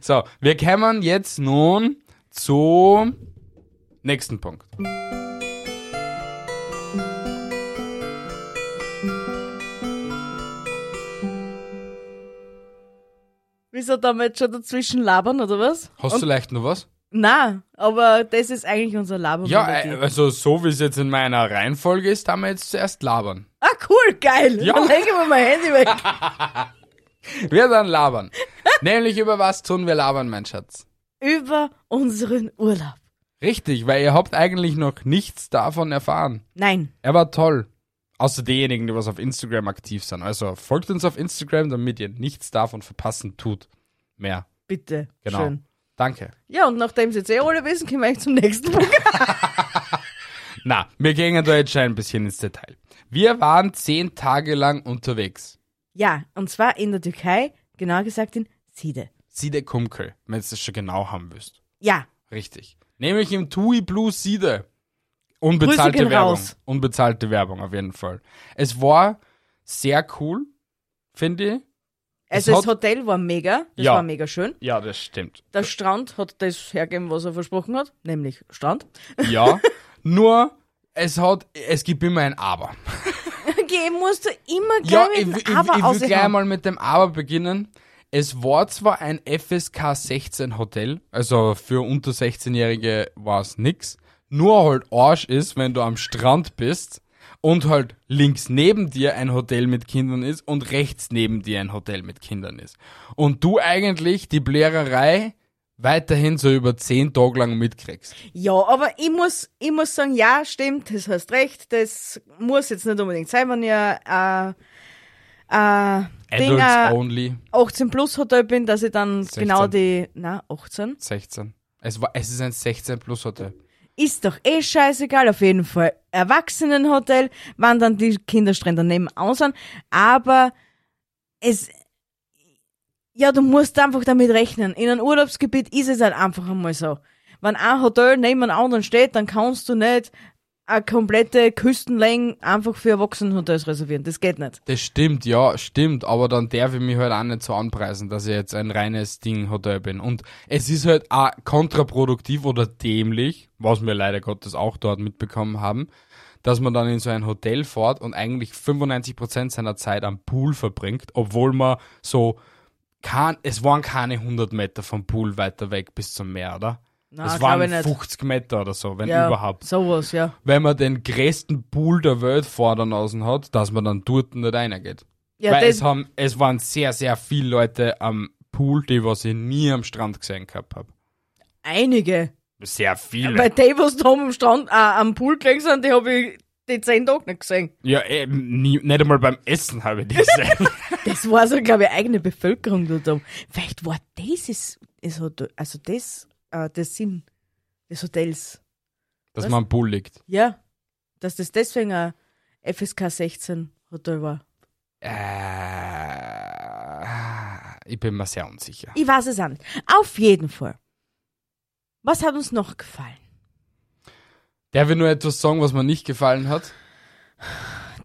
Speaker 1: so, wir kommen jetzt nun zum nächsten Punkt.
Speaker 2: Wieso damit schon dazwischen labern, oder was?
Speaker 1: Hast du leicht noch was?
Speaker 2: Na, aber das ist eigentlich unser Labern.
Speaker 1: Ja, äh, also so wie es jetzt in meiner Reihenfolge ist, haben wir jetzt zuerst labern.
Speaker 2: Ah, cool, geil.
Speaker 1: Ja.
Speaker 2: Dann lege ich mal mein Handy weg.
Speaker 1: Wir dann labern. Nämlich über was tun wir labern, mein Schatz.
Speaker 2: Über unseren Urlaub.
Speaker 1: Richtig, weil ihr habt eigentlich noch nichts davon erfahren.
Speaker 2: Nein.
Speaker 1: Er war toll. Außer diejenigen, die was auf Instagram aktiv sind. Also folgt uns auf Instagram, damit ihr nichts davon verpassen tut. Mehr.
Speaker 2: Bitte.
Speaker 1: Genau.
Speaker 2: Schön.
Speaker 1: Danke.
Speaker 2: Ja, und nachdem sie jetzt eh alle wissen, können wir eigentlich zum nächsten Punkt.
Speaker 1: Na, wir gehen da jetzt schon ein bisschen ins Detail. Wir waren zehn Tage lang unterwegs.
Speaker 2: ja, und zwar in der Türkei, genauer gesagt in Side.
Speaker 1: Side Kumkel, wenn du das schon genau haben willst.
Speaker 2: Ja,
Speaker 1: Richtig. Nämlich im Tui Blue Side. Unbezahlte
Speaker 2: gehen
Speaker 1: Werbung.
Speaker 2: raus.
Speaker 1: Unbezahlte Werbung, auf jeden Fall. Es war sehr cool, finde ich.
Speaker 2: also
Speaker 1: Es
Speaker 2: das
Speaker 1: hat-
Speaker 2: Hotel war mega, das
Speaker 1: Ja.
Speaker 2: war mega schön.
Speaker 1: Ja, das stimmt.
Speaker 2: Der Strand hat das hergegeben, was er versprochen hat, nämlich Strand.
Speaker 1: Ja. nur, es hat, es gibt immer ein Aber.
Speaker 2: Okay, musst du immer
Speaker 1: Ja,
Speaker 2: gleich
Speaker 1: ich,
Speaker 2: mit
Speaker 1: will- ich,
Speaker 2: dem
Speaker 1: ich,
Speaker 2: aber
Speaker 1: will gleich
Speaker 2: aushauen.
Speaker 1: mal mit dem Aber beginnen. Es war zwar ein FSK 16 Hotel, also für unter 16-Jährige war es nix. Nur halt Arsch ist, wenn du am Strand bist und halt links neben dir ein Hotel mit Kindern ist und rechts neben dir ein Hotel mit Kindern ist. Und du eigentlich die Blärerei weiterhin so über 10 Tage lang mitkriegst.
Speaker 2: Ja, aber ich muss, ich muss sagen, ja, stimmt, das hast recht, das muss jetzt nicht unbedingt sein, wenn ihr äh, äh, Ding,
Speaker 1: Adults
Speaker 2: äh,
Speaker 1: only
Speaker 2: 18 plus Hotel bin, dass ich dann
Speaker 1: 16.
Speaker 2: genau die, na, 18?
Speaker 1: 16. Es, war, es ist ein 16 Plus Hotel.
Speaker 2: Ist doch eh scheißegal, auf jeden Fall. Erwachsenenhotel, wann dann die Kinderstrände nebenan sind, aber es, ja, du musst einfach damit rechnen. In einem Urlaubsgebiet ist es halt einfach einmal so. Wenn ein Hotel neben einem anderen steht, dann kannst du nicht eine komplette Küstenlänge einfach für Erwachsenenhotels reservieren. Das geht nicht.
Speaker 1: Das stimmt, ja, stimmt, aber dann darf ich mich halt auch nicht so anpreisen, dass ich jetzt ein reines Ding-Hotel bin. Und es ist halt auch kontraproduktiv oder dämlich, was wir leider Gottes auch dort mitbekommen haben, dass man dann in so ein Hotel fährt und eigentlich 95% seiner Zeit am Pool verbringt, obwohl man so, kein, es waren keine 100 Meter vom Pool weiter weg bis zum Meer, oder?
Speaker 2: Na,
Speaker 1: es
Speaker 2: Ah, glaub
Speaker 1: waren
Speaker 2: ich nicht.
Speaker 1: 50 Meter oder so, wenn
Speaker 2: Ja,
Speaker 1: überhaupt
Speaker 2: Sowas, ja.
Speaker 1: wenn man den größten Pool der Welt vor der Nase hat, dass man dann dort nicht reingeht.
Speaker 2: Ja,
Speaker 1: Weil
Speaker 2: das,
Speaker 1: es, haben, es waren sehr, sehr viele Leute am Pool, die was ich nie am Strand gesehen gehabt habe.
Speaker 2: einige.
Speaker 1: Sehr viele.
Speaker 2: Bei die, was da oben am Strand, äh, am Pool gelegen sind, die habe ich die zehn Tage nicht gesehen.
Speaker 1: ja, eben, nie, nicht einmal beim Essen habe ich die gesehen.
Speaker 2: Das war so, glaube ich, eigene Bevölkerung dort oben. Vielleicht war das, ist, ist Hotel, also das, äh, der Sinn des Hotels.
Speaker 1: dass
Speaker 2: Was?
Speaker 1: man am Pool liegt.
Speaker 2: Ja. Dass das deswegen ein FSK 16 Hotel war.
Speaker 1: Äh, ich bin mir sehr unsicher.
Speaker 2: Ich weiß es auch nicht. Auf jeden Fall. Was hat uns noch gefallen?
Speaker 1: Darf ich nur etwas sagen, was mir nicht gefallen hat?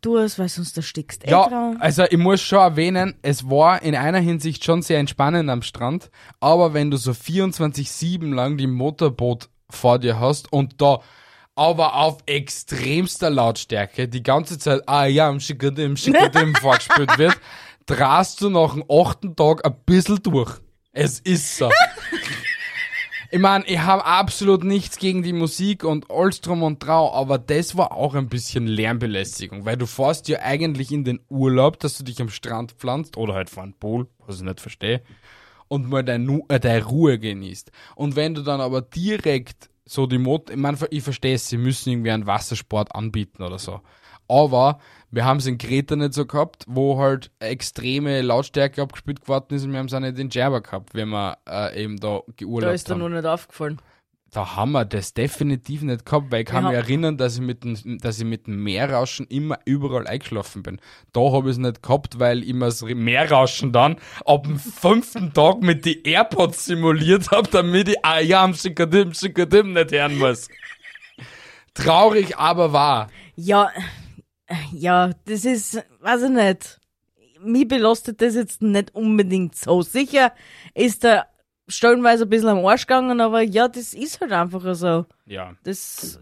Speaker 2: Du hast, weil sonst erstickst. Eh
Speaker 1: Ja,
Speaker 2: dran.
Speaker 1: also ich muss schon erwähnen, es war in einer Hinsicht schon sehr entspannend am Strand, aber wenn du so 24-7 lang die Motorboot vor dir hast und da aber auf extremster Lautstärke die ganze Zeit, ah ja, im Schickadim, Schickadim vorgespielt wird, drast du nach dem achten Tag ein bisschen durch. Es ist so. Ich meine, ich habe absolut nichts gegen die Musik und Olstrom und Trau, aber das war auch ein bisschen Lärmbelästigung, weil du fährst ja eigentlich in den Urlaub, dass du dich am Strand pflanzt oder halt vor einem Pool, was ich nicht verstehe, und mal deine, Nu- äh, deine Ruhe genießt. Und wenn du dann aber direkt so die Mot, ich meine, ich verstehe es, sie müssen irgendwie einen Wassersport anbieten oder so. Aber wir haben es in Kreta nicht so gehabt, wo halt extreme Lautstärke abgespielt geworden ist und wir haben es auch nicht in Djerba gehabt, wenn wir äh, eben da geurlaubt
Speaker 2: Da ist
Speaker 1: haben
Speaker 2: dann nur nicht aufgefallen.
Speaker 1: da haben wir das definitiv nicht gehabt, weil ich kann
Speaker 2: Wir
Speaker 1: mich
Speaker 2: haben-
Speaker 1: erinnern, dass ich mit dem, dass ich mit dem Meerrauschen immer überall eingeschlafen bin. Da habe ich es nicht gehabt, weil ich mir das Meerrauschen dann ab dem fünften Tag mit die AirPods simuliert habe, damit ich ah ja am Sikadim, Sikadim nicht hören muss. Traurig, aber wahr.
Speaker 2: Ja, ja, das ist, weiß ich nicht. Mich belastet das jetzt nicht unbedingt so. Sicher ist da stellenweise ein bisschen am Arsch gegangen, aber ja, das ist halt einfach so.
Speaker 1: Ja,
Speaker 2: Das,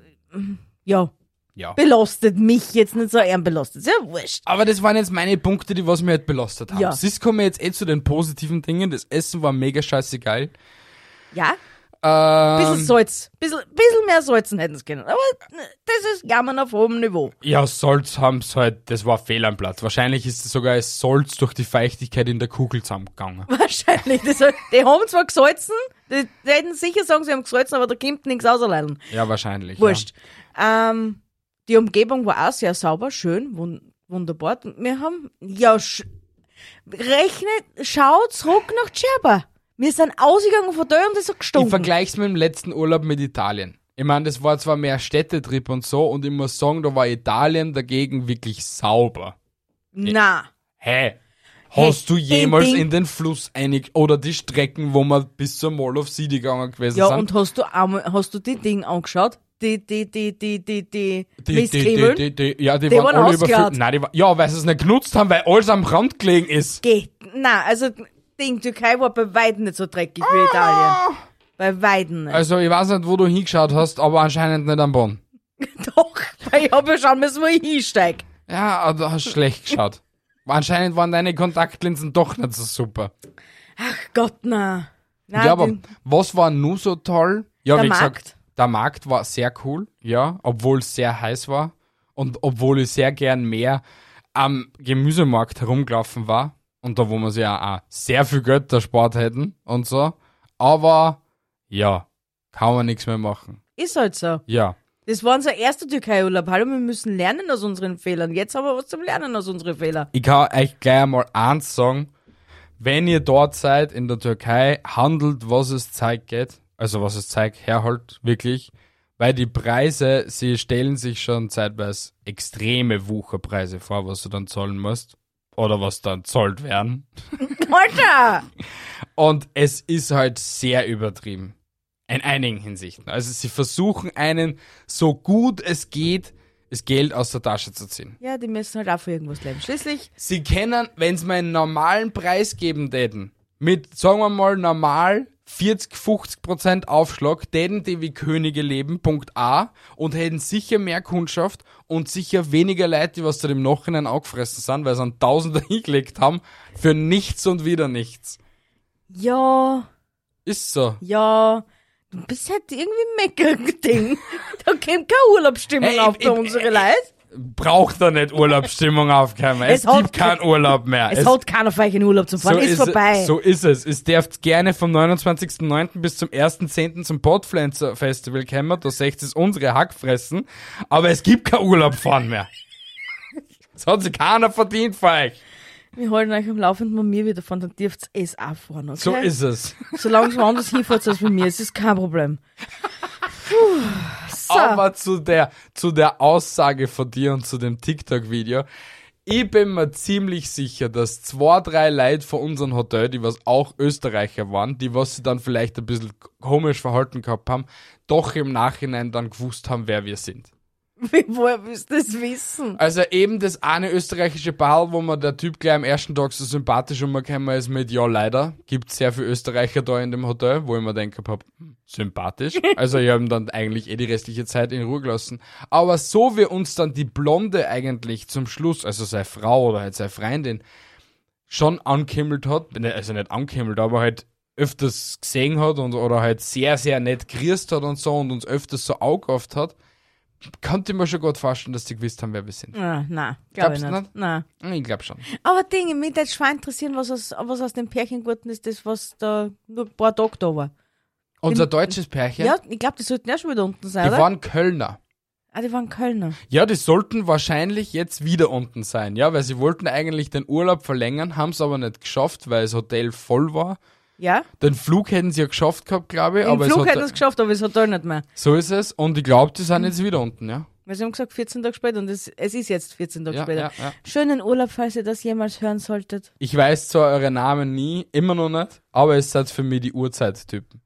Speaker 2: ja,
Speaker 1: ja.
Speaker 2: belastet mich jetzt nicht so ern belastet. Ist ja wurscht.
Speaker 1: Aber das waren jetzt meine Punkte, die was mir halt belastet haben.
Speaker 2: Ja.
Speaker 1: Sis kommen wir jetzt eh zu den positiven Dingen. Das Essen war mega scheißegal.
Speaker 2: Ja,
Speaker 1: Ähm,
Speaker 2: bisschen Salz. Bisschen, bisschen mehr Salzen hätten sie können. Aber das ist Jammern auf hohem Niveau.
Speaker 1: Ja, Salz haben's halt, das war Fehl am Platz. Wahrscheinlich ist es sogar das Salz durch die Feuchtigkeit in der Kugel zusammengegangen.
Speaker 2: Wahrscheinlich. Das, die haben zwar gesalzen, die, die hätten sicher sagen, sie haben gesalzen, aber da kommt nichts außerleiden.
Speaker 1: Ja, wahrscheinlich.
Speaker 2: Wurscht. Ähm, die Umgebung war auch sehr sauber, schön, wun wunderbar. Wir haben, ja, sch rechnet, schau zurück nach Tscherba. Wir sind ausgegangen von da und es hat
Speaker 1: Ja. Ich
Speaker 2: gestunken.
Speaker 1: vergleich's mit dem letzten Urlaub mit Italien. Ich meine, das war zwar mehr Städtetrip und so, und ich muss sagen, da war Italien dagegen wirklich sauber.
Speaker 2: Na,
Speaker 1: Hä? Hast du
Speaker 2: Hey, Ding,
Speaker 1: jemals
Speaker 2: Ding.
Speaker 1: in den Fluss einig oder die Strecken, wo wir bis zur Mall of City gegangen gewesen
Speaker 2: ja,
Speaker 1: sind?
Speaker 2: und hast du einmal, hast du die Dinge angeschaut? Die, die, die, die, die, die,
Speaker 1: die, die, die,
Speaker 2: Mistkribbeln?
Speaker 1: die, die, ja, die,
Speaker 2: Die
Speaker 1: waren
Speaker 2: waren
Speaker 1: alle
Speaker 2: ausgeladen.
Speaker 1: überfüllt. Nein, die war, ja, weil sie es nicht genutzt haben, weil alles am Rand gelegen ist.
Speaker 2: Geh, na, also, Ding, Türkei war bei Weitem nicht so dreckig wie Italien.
Speaker 1: Ah!
Speaker 2: Bei Weitem nicht.
Speaker 1: Also, ich weiß nicht, wo du hingeschaut hast, aber anscheinend nicht am Bonn. Also-
Speaker 2: Doch, weil ich habe ja schauen müssen, wo ich hinsteige.
Speaker 1: Ja, aber du hast schlecht geschaut. Anscheinend waren deine Kontaktlinsen doch nicht so super.
Speaker 2: Gott, na. na
Speaker 1: ja, aber
Speaker 2: den-
Speaker 1: was war nur so toll? Ja,
Speaker 2: Ah, Der
Speaker 1: wie gesagt,
Speaker 2: Markt.
Speaker 1: der Markt war sehr cool, ja, obwohl es sehr heiß war und obwohl ich sehr gern mehr am Gemüsemarkt herumgelaufen war und da, wo wir sich ja auch sehr viel Geld erspart hätten und so. Aber ja, kann man nichts mehr machen.
Speaker 2: ist halt so.
Speaker 1: Ja.
Speaker 2: Das war unser erster Türkei-Urlaub. Hallo, wir müssen lernen aus unseren Fehlern. Jetzt haben wir was zum Lernen aus unseren Fehlern.
Speaker 1: ich kann euch gleich einmal eins sagen. Wenn ihr dort seid in der Türkei, handelt, was es Zeit geht. Also was es Zeit herholt, wirklich. Weil die Preise, sie stellen sich schon zeitweise extreme Wucherpreise vor, was du dann zahlen musst. Oder was dann zahlt werden.
Speaker 2: Alter!
Speaker 1: Und es ist halt sehr übertrieben. In einigen Hinsichten. Also sie versuchen einen, so gut es geht, das Geld aus der Tasche zu ziehen.
Speaker 2: Ja, die müssen halt auch für irgendwas lernen. Schließlich,
Speaker 1: Sie können, wenn sie mir einen normalen Preis geben täten, mit, sagen wir mal, normal 40, 50 Prozent Aufschlag, täten die wie Könige leben, Punkt A, und hätten sicher mehr Kundschaft und sicher weniger Leute, die was zu dem Nachhinein angefressen sind, weil sie einen Tausender hingelegt haben, für nichts und wieder nichts.
Speaker 2: ja,
Speaker 1: Ist so.
Speaker 2: ja, du bist halt irgendwie Mecker-Ding. da kommt keine Urlaubsstimmung
Speaker 1: Ey,
Speaker 2: auf
Speaker 1: ich- äh,
Speaker 2: bei
Speaker 1: ich-
Speaker 2: unsere Leute.
Speaker 1: Braucht da nicht Urlaubsstimmung aufkommen. Es,
Speaker 2: Es hat
Speaker 1: gibt keinen Urlaub mehr.
Speaker 2: Es, haut keiner für euch in Urlaub zum Fahren. ist, vorbei.
Speaker 1: So ist es. Es dürft gerne vom 29.09. bis zum 1.10. zum Podpflanzer Festival kommen. Da seht ihr unsere Hackfressen. Aber es gibt kein Urlaub fahren mehr. Das hat sich keiner verdient für euch.
Speaker 2: Wir halten euch am laufenden bei mir wieder von, dann dürft ihr es auch fahren, okay?
Speaker 1: So ist es.
Speaker 2: Solange es woanders hinfahrt als bei mir, es ist kein Problem. Puh, so.
Speaker 1: Aber zu der, zu der Aussage von dir und zu dem TikTok-Video. Ich bin mir ziemlich sicher, dass zwei, drei Leute von unserem Hotel, die was auch Österreicher waren, die was sie dann vielleicht ein bisschen komisch verhalten gehabt haben, doch im Nachhinein dann gewusst haben, wer wir sind.
Speaker 2: Wie, woher willst du das wissen?
Speaker 1: Also eben das eine österreichische Ball, wo man der Typ gleich am ersten Tag so sympathisch umgekommen ist mit Ja leider. Gibt sehr viele Österreicher da in dem Hotel, wo ich mir denke, hab, hm, sympathisch. Also ich habe dann eigentlich eh die restliche Zeit in Ruhe gelassen. Aber so wie uns dann die Blonde eigentlich zum Schluss, also seine Frau oder halt seine Freundin, schon ankimmelt hat, ne, also nicht ankimmelt, aber halt öfters gesehen hat und, oder halt sehr, sehr nett grüßt hat und so und uns öfters so angehofft hat, konnte ich mir schon gut vorstellen, dass die gewusst haben, wer wir sind.
Speaker 2: Ah, nein, glaube
Speaker 1: Glaubst
Speaker 2: ich
Speaker 1: du
Speaker 2: nicht.
Speaker 1: nicht?
Speaker 2: Nein.
Speaker 1: Hm, Ich glaube schon.
Speaker 2: Aber Dinge, mich würde schon interessieren, was aus, was aus dem Pärchengurten ist, das, was da nur ein paar Tage da war.
Speaker 1: Unser deutsches Pärchen,
Speaker 2: Ja, ich glaube, die sollten ja schon wieder unten sein,
Speaker 1: die
Speaker 2: oder?
Speaker 1: waren Kölner.
Speaker 2: ah, die waren Kölner.
Speaker 1: Ja, die sollten wahrscheinlich jetzt wieder unten sein, ja, weil sie wollten eigentlich den Urlaub verlängern, haben es aber nicht geschafft, weil das Hotel voll war.
Speaker 2: Ja?
Speaker 1: Den Flug hätten sie ja geschafft gehabt, glaube ich,
Speaker 2: Im
Speaker 1: aber
Speaker 2: Flug
Speaker 1: es
Speaker 2: hätten es
Speaker 1: hat,
Speaker 2: geschafft, aber es hat da nicht mehr.
Speaker 1: so ist es und ich glaube, die sind
Speaker 2: Hm.
Speaker 1: jetzt wieder unten, ja.
Speaker 2: Weil sie haben gesagt, 14 Tage später und es, es ist jetzt 14 Tage
Speaker 1: Ja,
Speaker 2: später.
Speaker 1: ja, ja.
Speaker 2: Schönen Urlaub, falls ihr das jemals hören solltet.
Speaker 1: Ich weiß zwar eure Namen nie, immer noch nicht, aber es sind für mich die Urzeittypen.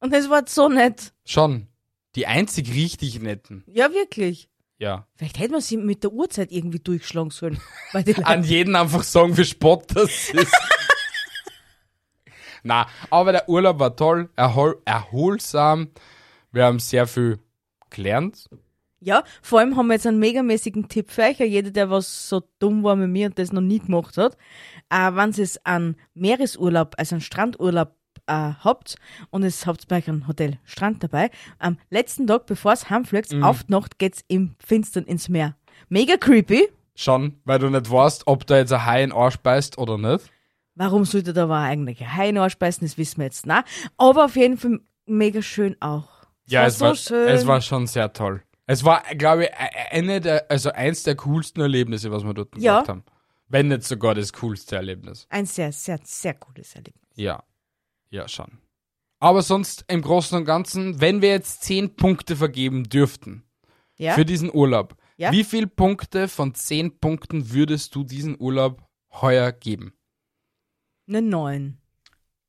Speaker 2: Und es war so nett.
Speaker 1: Schon. Die einzig richtig netten.
Speaker 2: Ja, wirklich.
Speaker 1: Ja.
Speaker 2: Vielleicht hätten wir sie mit der Uhrzeit irgendwie durchschlagen sollen. Weil die
Speaker 1: An
Speaker 2: Leute,
Speaker 1: jeden einfach sagen, wie spott das ist. Na, aber der Urlaub war toll, erhol erholsam. Wir haben sehr viel gelernt.
Speaker 2: ja, vor allem haben wir jetzt einen megamäßigen Tipp für euch. Jeder, der was so dumm war mit mir und das noch nie gemacht hat, äh, wenn ihr es an Meeresurlaub, also einen Strandurlaub äh, habt und es habt bei euch einen Hotel Strand dabei, am letzten Tag, bevor es heimfliegt,
Speaker 1: Mhm.
Speaker 2: auf die Nacht geht's im Finstern ins Meer. Mega creepy.
Speaker 1: Schon, weil du nicht weißt, ob da jetzt ein Hai in den Arsch beißt oder nicht.
Speaker 2: Warum sollte da war eigentlich Haien anspeisen, das wissen wir jetzt nicht. Aber auf jeden Fall mega schön auch.
Speaker 1: es war, es war schon sehr toll. Es war, glaube ich, eine der, also eins der coolsten Erlebnisse, was wir dort
Speaker 2: Ja.
Speaker 1: gemacht haben. Wenn nicht sogar das coolste Erlebnis.
Speaker 2: ein sehr, sehr, sehr cooles Erlebnis.
Speaker 1: Ja. Ja, schon. Aber sonst im Großen und Ganzen, wenn wir jetzt zehn Punkte vergeben dürften
Speaker 2: Ja?
Speaker 1: für diesen Urlaub,
Speaker 2: Ja.
Speaker 1: wie viele Punkte von zehn Punkten würdest du diesen Urlaub heuer geben?
Speaker 2: Eine 9.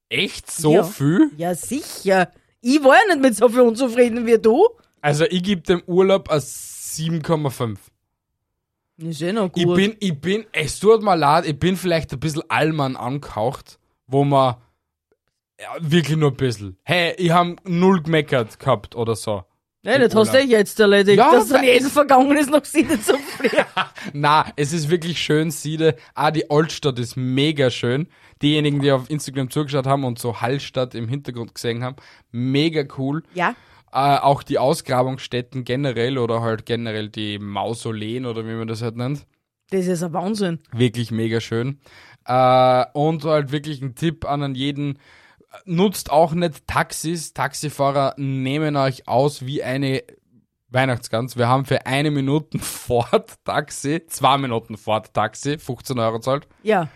Speaker 1: Echt so
Speaker 2: Ja.
Speaker 1: viel?
Speaker 2: Ja, sicher. Ich war ja nicht mit so viel unzufrieden wie du.
Speaker 1: Also ich gebe dem Urlaub ein 7,5.
Speaker 2: Ist eh noch gut.
Speaker 1: Ich bin, ich bin, es tut mir leid, ich bin vielleicht ein bisschen Allmann angehaucht, wo man ja, wirklich nur ein bisschen. Hey, ich habe null gemeckert gehabt oder so.
Speaker 2: Nein, das
Speaker 1: im
Speaker 2: hast du eh jetzt erledigt.
Speaker 1: Ja,
Speaker 2: dass dann
Speaker 1: weil-
Speaker 2: jeden vergangen ist, noch sie nicht so viel.
Speaker 1: Na, es ist wirklich schön, Siede. Ah, die Altstadt ist mega schön. Diejenigen, die auf Instagram zugeschaut haben und so Hallstatt im Hintergrund gesehen haben, mega cool.
Speaker 2: ja,
Speaker 1: Äh, auch die Ausgrabungsstätten generell oder halt generell die Mausoleen oder wie man das halt nennt.
Speaker 2: das ist ein Wahnsinn.
Speaker 1: Wirklich mega schön. Äh, und halt wirklich ein Tipp an an jeden. Nutzt auch nicht Taxis. Taxifahrer nehmen euch aus wie eine Weihnachtsgans. Wir haben für eine Minute Fahrt Taxi, zwei Minuten Fahrt Taxi, 15 Euro zahlt.
Speaker 2: Ja,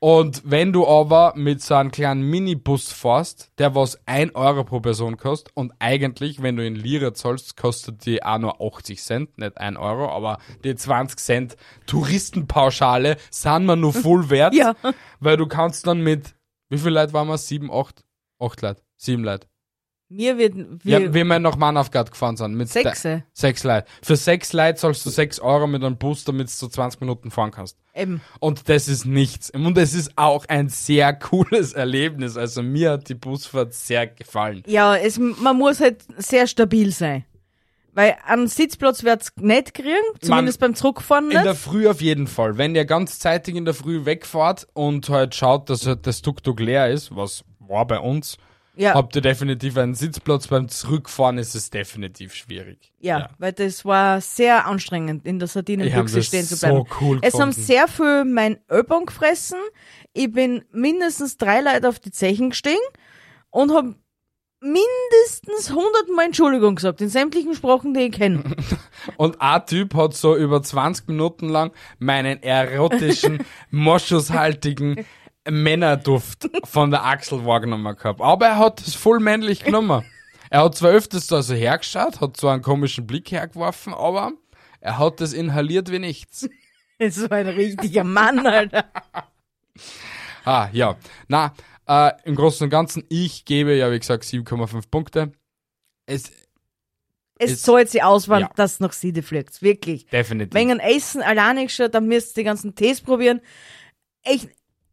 Speaker 1: Und wenn du aber mit so einem kleinen Minibus fährst, der was 1 Euro pro Person kostet und eigentlich, wenn du in Lira zahlst, kostet die auch nur 80 Cent, nicht 1 Euro, aber die 20 Cent Touristenpauschale sind mir nur voll wert,
Speaker 2: Ja.
Speaker 1: weil du kannst dann mit, wie viele Leute waren wir? 7, 8? 8 Leute, 7 Leute.
Speaker 2: mir wird...
Speaker 1: Wir,
Speaker 2: Wir,
Speaker 1: ja, wir haben nach Manavgat gefahren sind. Mit
Speaker 2: Sechs?
Speaker 1: de- Sechs Leute. Für sechs Leute zahlst du 6 Euro mit einem Bus, damit du so 20 Minuten fahren kannst.
Speaker 2: eben.
Speaker 1: Und das ist nichts. Und es ist auch ein sehr cooles Erlebnis. Also mir hat die Busfahrt sehr gefallen.
Speaker 2: Ja, es, man muss halt sehr stabil sein. Weil einen Sitzplatz wird's nicht kriegen, zumindest beim Zurückfahren
Speaker 1: In der
Speaker 2: nicht.
Speaker 1: Früh auf jeden Fall. Wenn ihr ganz zeitig in der Früh wegfahrt und halt schaut, dass halt das Tuk-Tuk leer ist, was war bei uns,
Speaker 2: Ja,
Speaker 1: habt ihr definitiv einen Sitzplatz. Beim Zurückfahren ist es definitiv schwierig.
Speaker 2: ja, weil das war sehr anstrengend, in der Sardinenbüchse
Speaker 1: das
Speaker 2: stehen zu
Speaker 1: so
Speaker 2: bleiben.
Speaker 1: cool
Speaker 2: es haben
Speaker 1: gefunden.
Speaker 2: sehr viel mein Ölbon gefressen. Ich bin mindestens drei Leute auf die Zechen gestiegen und habe mindestens hundertmal Entschuldigung gesagt, in sämtlichen Sprachen, die ich kenne.
Speaker 1: Und ein Typ hat so über 20 Minuten lang meinen erotischen, moschushaltigen Männerduft von der Axel wahrgenommen gehabt. Aber er hat es voll männlich genommen. Er hat zwar öfters da so hergeschaut, hat so einen komischen Blick hergeworfen, aber er hat das inhaliert wie nichts.
Speaker 2: Es war ein richtiger Mann, Alter.
Speaker 1: Ah, ja. Na, äh, im Großen und Ganzen, ich gebe ja, wie gesagt, 7,5 Punkte. Es,
Speaker 2: Es
Speaker 1: Es-
Speaker 2: zahlt sich aus, wenn
Speaker 1: Ja.
Speaker 2: das nach Siede fliegt. Wirklich.
Speaker 1: definitiv.
Speaker 2: Wenn ein Essen alleine geschaut, dann müsst ihr die ganzen Tees probieren. Echt,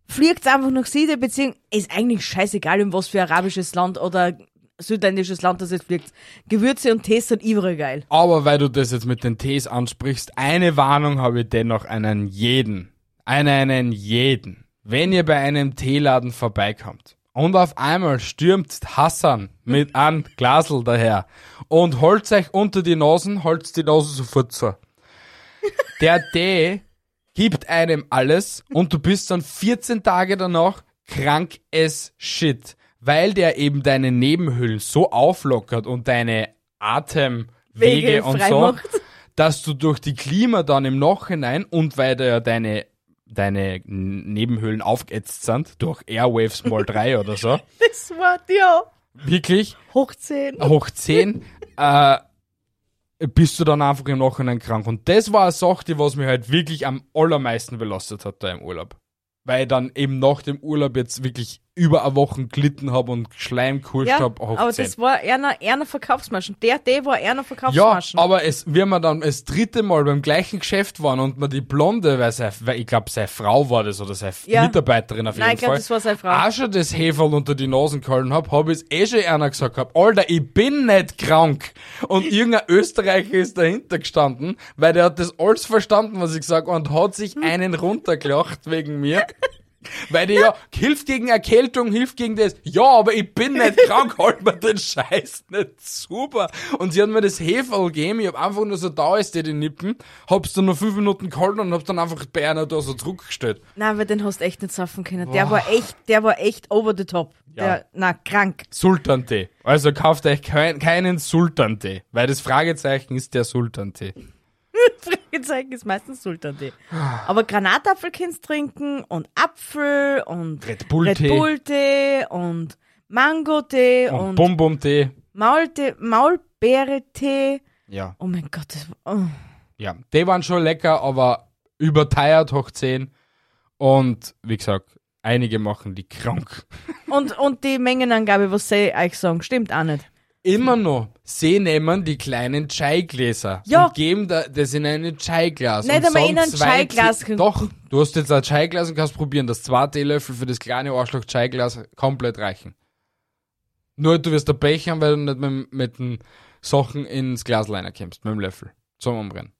Speaker 2: fliegt einfach nach Siede, beziehungsweise ist eigentlich scheißegal, in was für arabisches Land oder südländisches Land das jetzt fliegt. Gewürze und Tees sind überall geil.
Speaker 1: Aber weil du das jetzt mit den Tees ansprichst, eine Warnung habe ich dennoch an einen jeden. An einen jeden. Wenn ihr bei einem Teeladen vorbeikommt Und auf einmal stürmt Hassan mit einem Glasel daher und holt sich unter die Nasen, holt die Nase sofort zu. Der D gibt einem alles und du bist dann 14 Tage danach krank as shit, weil der eben deine Nebenhüllen so auflockert und deine Atemwege
Speaker 2: Wege
Speaker 1: und
Speaker 2: frei
Speaker 1: so,
Speaker 2: macht.
Speaker 1: dass du durch die Klima dann im Nachhinein und weil da ja deine, deine Nebenhöhlen aufgeätzt sind, durch Airwaves mal 3 oder so,
Speaker 2: Das war ja
Speaker 1: wirklich
Speaker 2: hoch 10.
Speaker 1: hoch 10, äh, bist du dann einfach im Nachhinein krank. Und das war eine Sache, die was mich halt wirklich am allermeisten belastet hat da im Urlaub. Weil ich dann eben nach dem Urlaub jetzt wirklich über eine Woche gelitten habe und Schleim kurscht
Speaker 2: Ja,
Speaker 1: habe.
Speaker 2: aber das war einer, einer Verkaufsmaschen. Der, der war einer
Speaker 1: Ja,
Speaker 2: Verkaufsmaschen.
Speaker 1: aber es, wir wir dann das dritte Mal beim gleichen Geschäft waren und man die Blonde, weil, sei, weil ich glaube, seine Frau war das oder seine
Speaker 2: Ja.
Speaker 1: Mitarbeiterin auf jeden
Speaker 2: Nein, ich
Speaker 1: Fall,
Speaker 2: glaube, das war seine Frau.
Speaker 1: auch schon das Heferl unter die Nasen gehalten habe, habe ich eh schon einer gesagt gehabt, Alter, ich bin nicht krank. Und irgendein Österreicher ist dahinter gestanden, weil der hat das alles verstanden, was ich gesagt habe, und hat
Speaker 2: Hm.
Speaker 1: sich einen runtergelacht wegen mir. Weil die ja, hilft gegen Erkältung, hilft gegen das. Ja, aber ich bin nicht krank, halt mir den Scheiß nicht super. Und sie hat mir das Heferl gegeben, ich hab einfach nur so da ist die Nippen, hab's dann nur fünf Minuten gehalten und hab's dann einfach bei einer da so zurückgestellt.
Speaker 2: Nein, weil den hast du echt nicht saufen können. Der war echt, der war echt over the top.
Speaker 1: Ja.
Speaker 2: Der, na, krank.
Speaker 1: Sultantee. Also kauft euch kein, keinen Sultantee, weil das Fragezeichen ist der Sultantee.
Speaker 2: Fragezeichen ist meistens Sultantee.
Speaker 1: Ah.
Speaker 2: Aber Granatapfel kannst trinken und Apfel und
Speaker 1: Red Bull Tee.
Speaker 2: Bull-Tee und Mango-Tee
Speaker 1: Und,
Speaker 2: und,
Speaker 1: Bum Bum Tee.
Speaker 2: Maultee, Maulbeere-Tee.
Speaker 1: Ja.
Speaker 2: Oh mein Gott, das war, oh.
Speaker 1: Ja, die waren schon lecker, aber überteuert hoch 10. Und wie gesagt, einige machen die krank.
Speaker 2: Und, und die Mengenangabe, was sie euch sagen, stimmt auch nicht.
Speaker 1: Immer noch, sie nehmen die kleinen Chai-Gläser
Speaker 2: Ja.
Speaker 1: und geben da, das in eine Chai-Glas.
Speaker 2: Nicht
Speaker 1: und
Speaker 2: einmal
Speaker 1: sagen
Speaker 2: in ein
Speaker 1: zwei
Speaker 2: Chai-Glas.
Speaker 1: Tee- Doch, du hast jetzt ein Chai-Glas und kannst probieren, dass zwei Teelöffel für das kleine Arschloch Chai-Glas komplett reichen. Nur du wirst ein Pech haben, weil du nicht mit, mit den Sachen ins Glasliner kommst, mit dem Löffel zum Umrennen.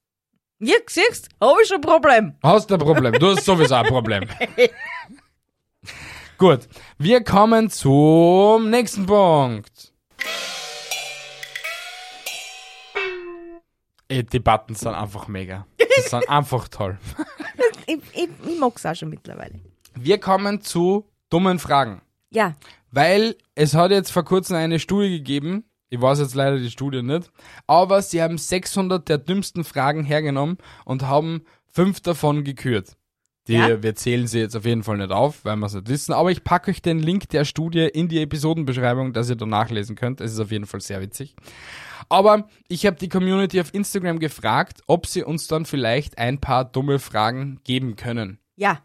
Speaker 2: Ja, siehst, habe ich schon ein Problem.
Speaker 1: Hast ein Problem. Du hast sowieso ein Problem. Gut, wir kommen zum nächsten Punkt. Ey, Die Buttons sind einfach mega. Die sind einfach toll.
Speaker 2: Ich, ich, ich mag's auch schon mittlerweile.
Speaker 1: Wir kommen zu dummen Fragen.
Speaker 2: Ja,
Speaker 1: Weil es hat jetzt vor kurzem eine Studie gegeben, ich weiß jetzt leider die Studie nicht, aber sie haben 600 der dümmsten Fragen hergenommen und haben fünf davon gekürt. Die,
Speaker 2: Ja.
Speaker 1: Wir zählen sie jetzt auf jeden Fall nicht auf, weil wir es nicht wissen, aber ich packe euch den Link der Studie in die Episodenbeschreibung, dass ihr da nachlesen könnt. Es ist auf jeden Fall sehr witzig. Aber ich habe die Community auf Instagram gefragt, ob sie uns dann vielleicht ein paar dumme Fragen geben können.
Speaker 2: ja,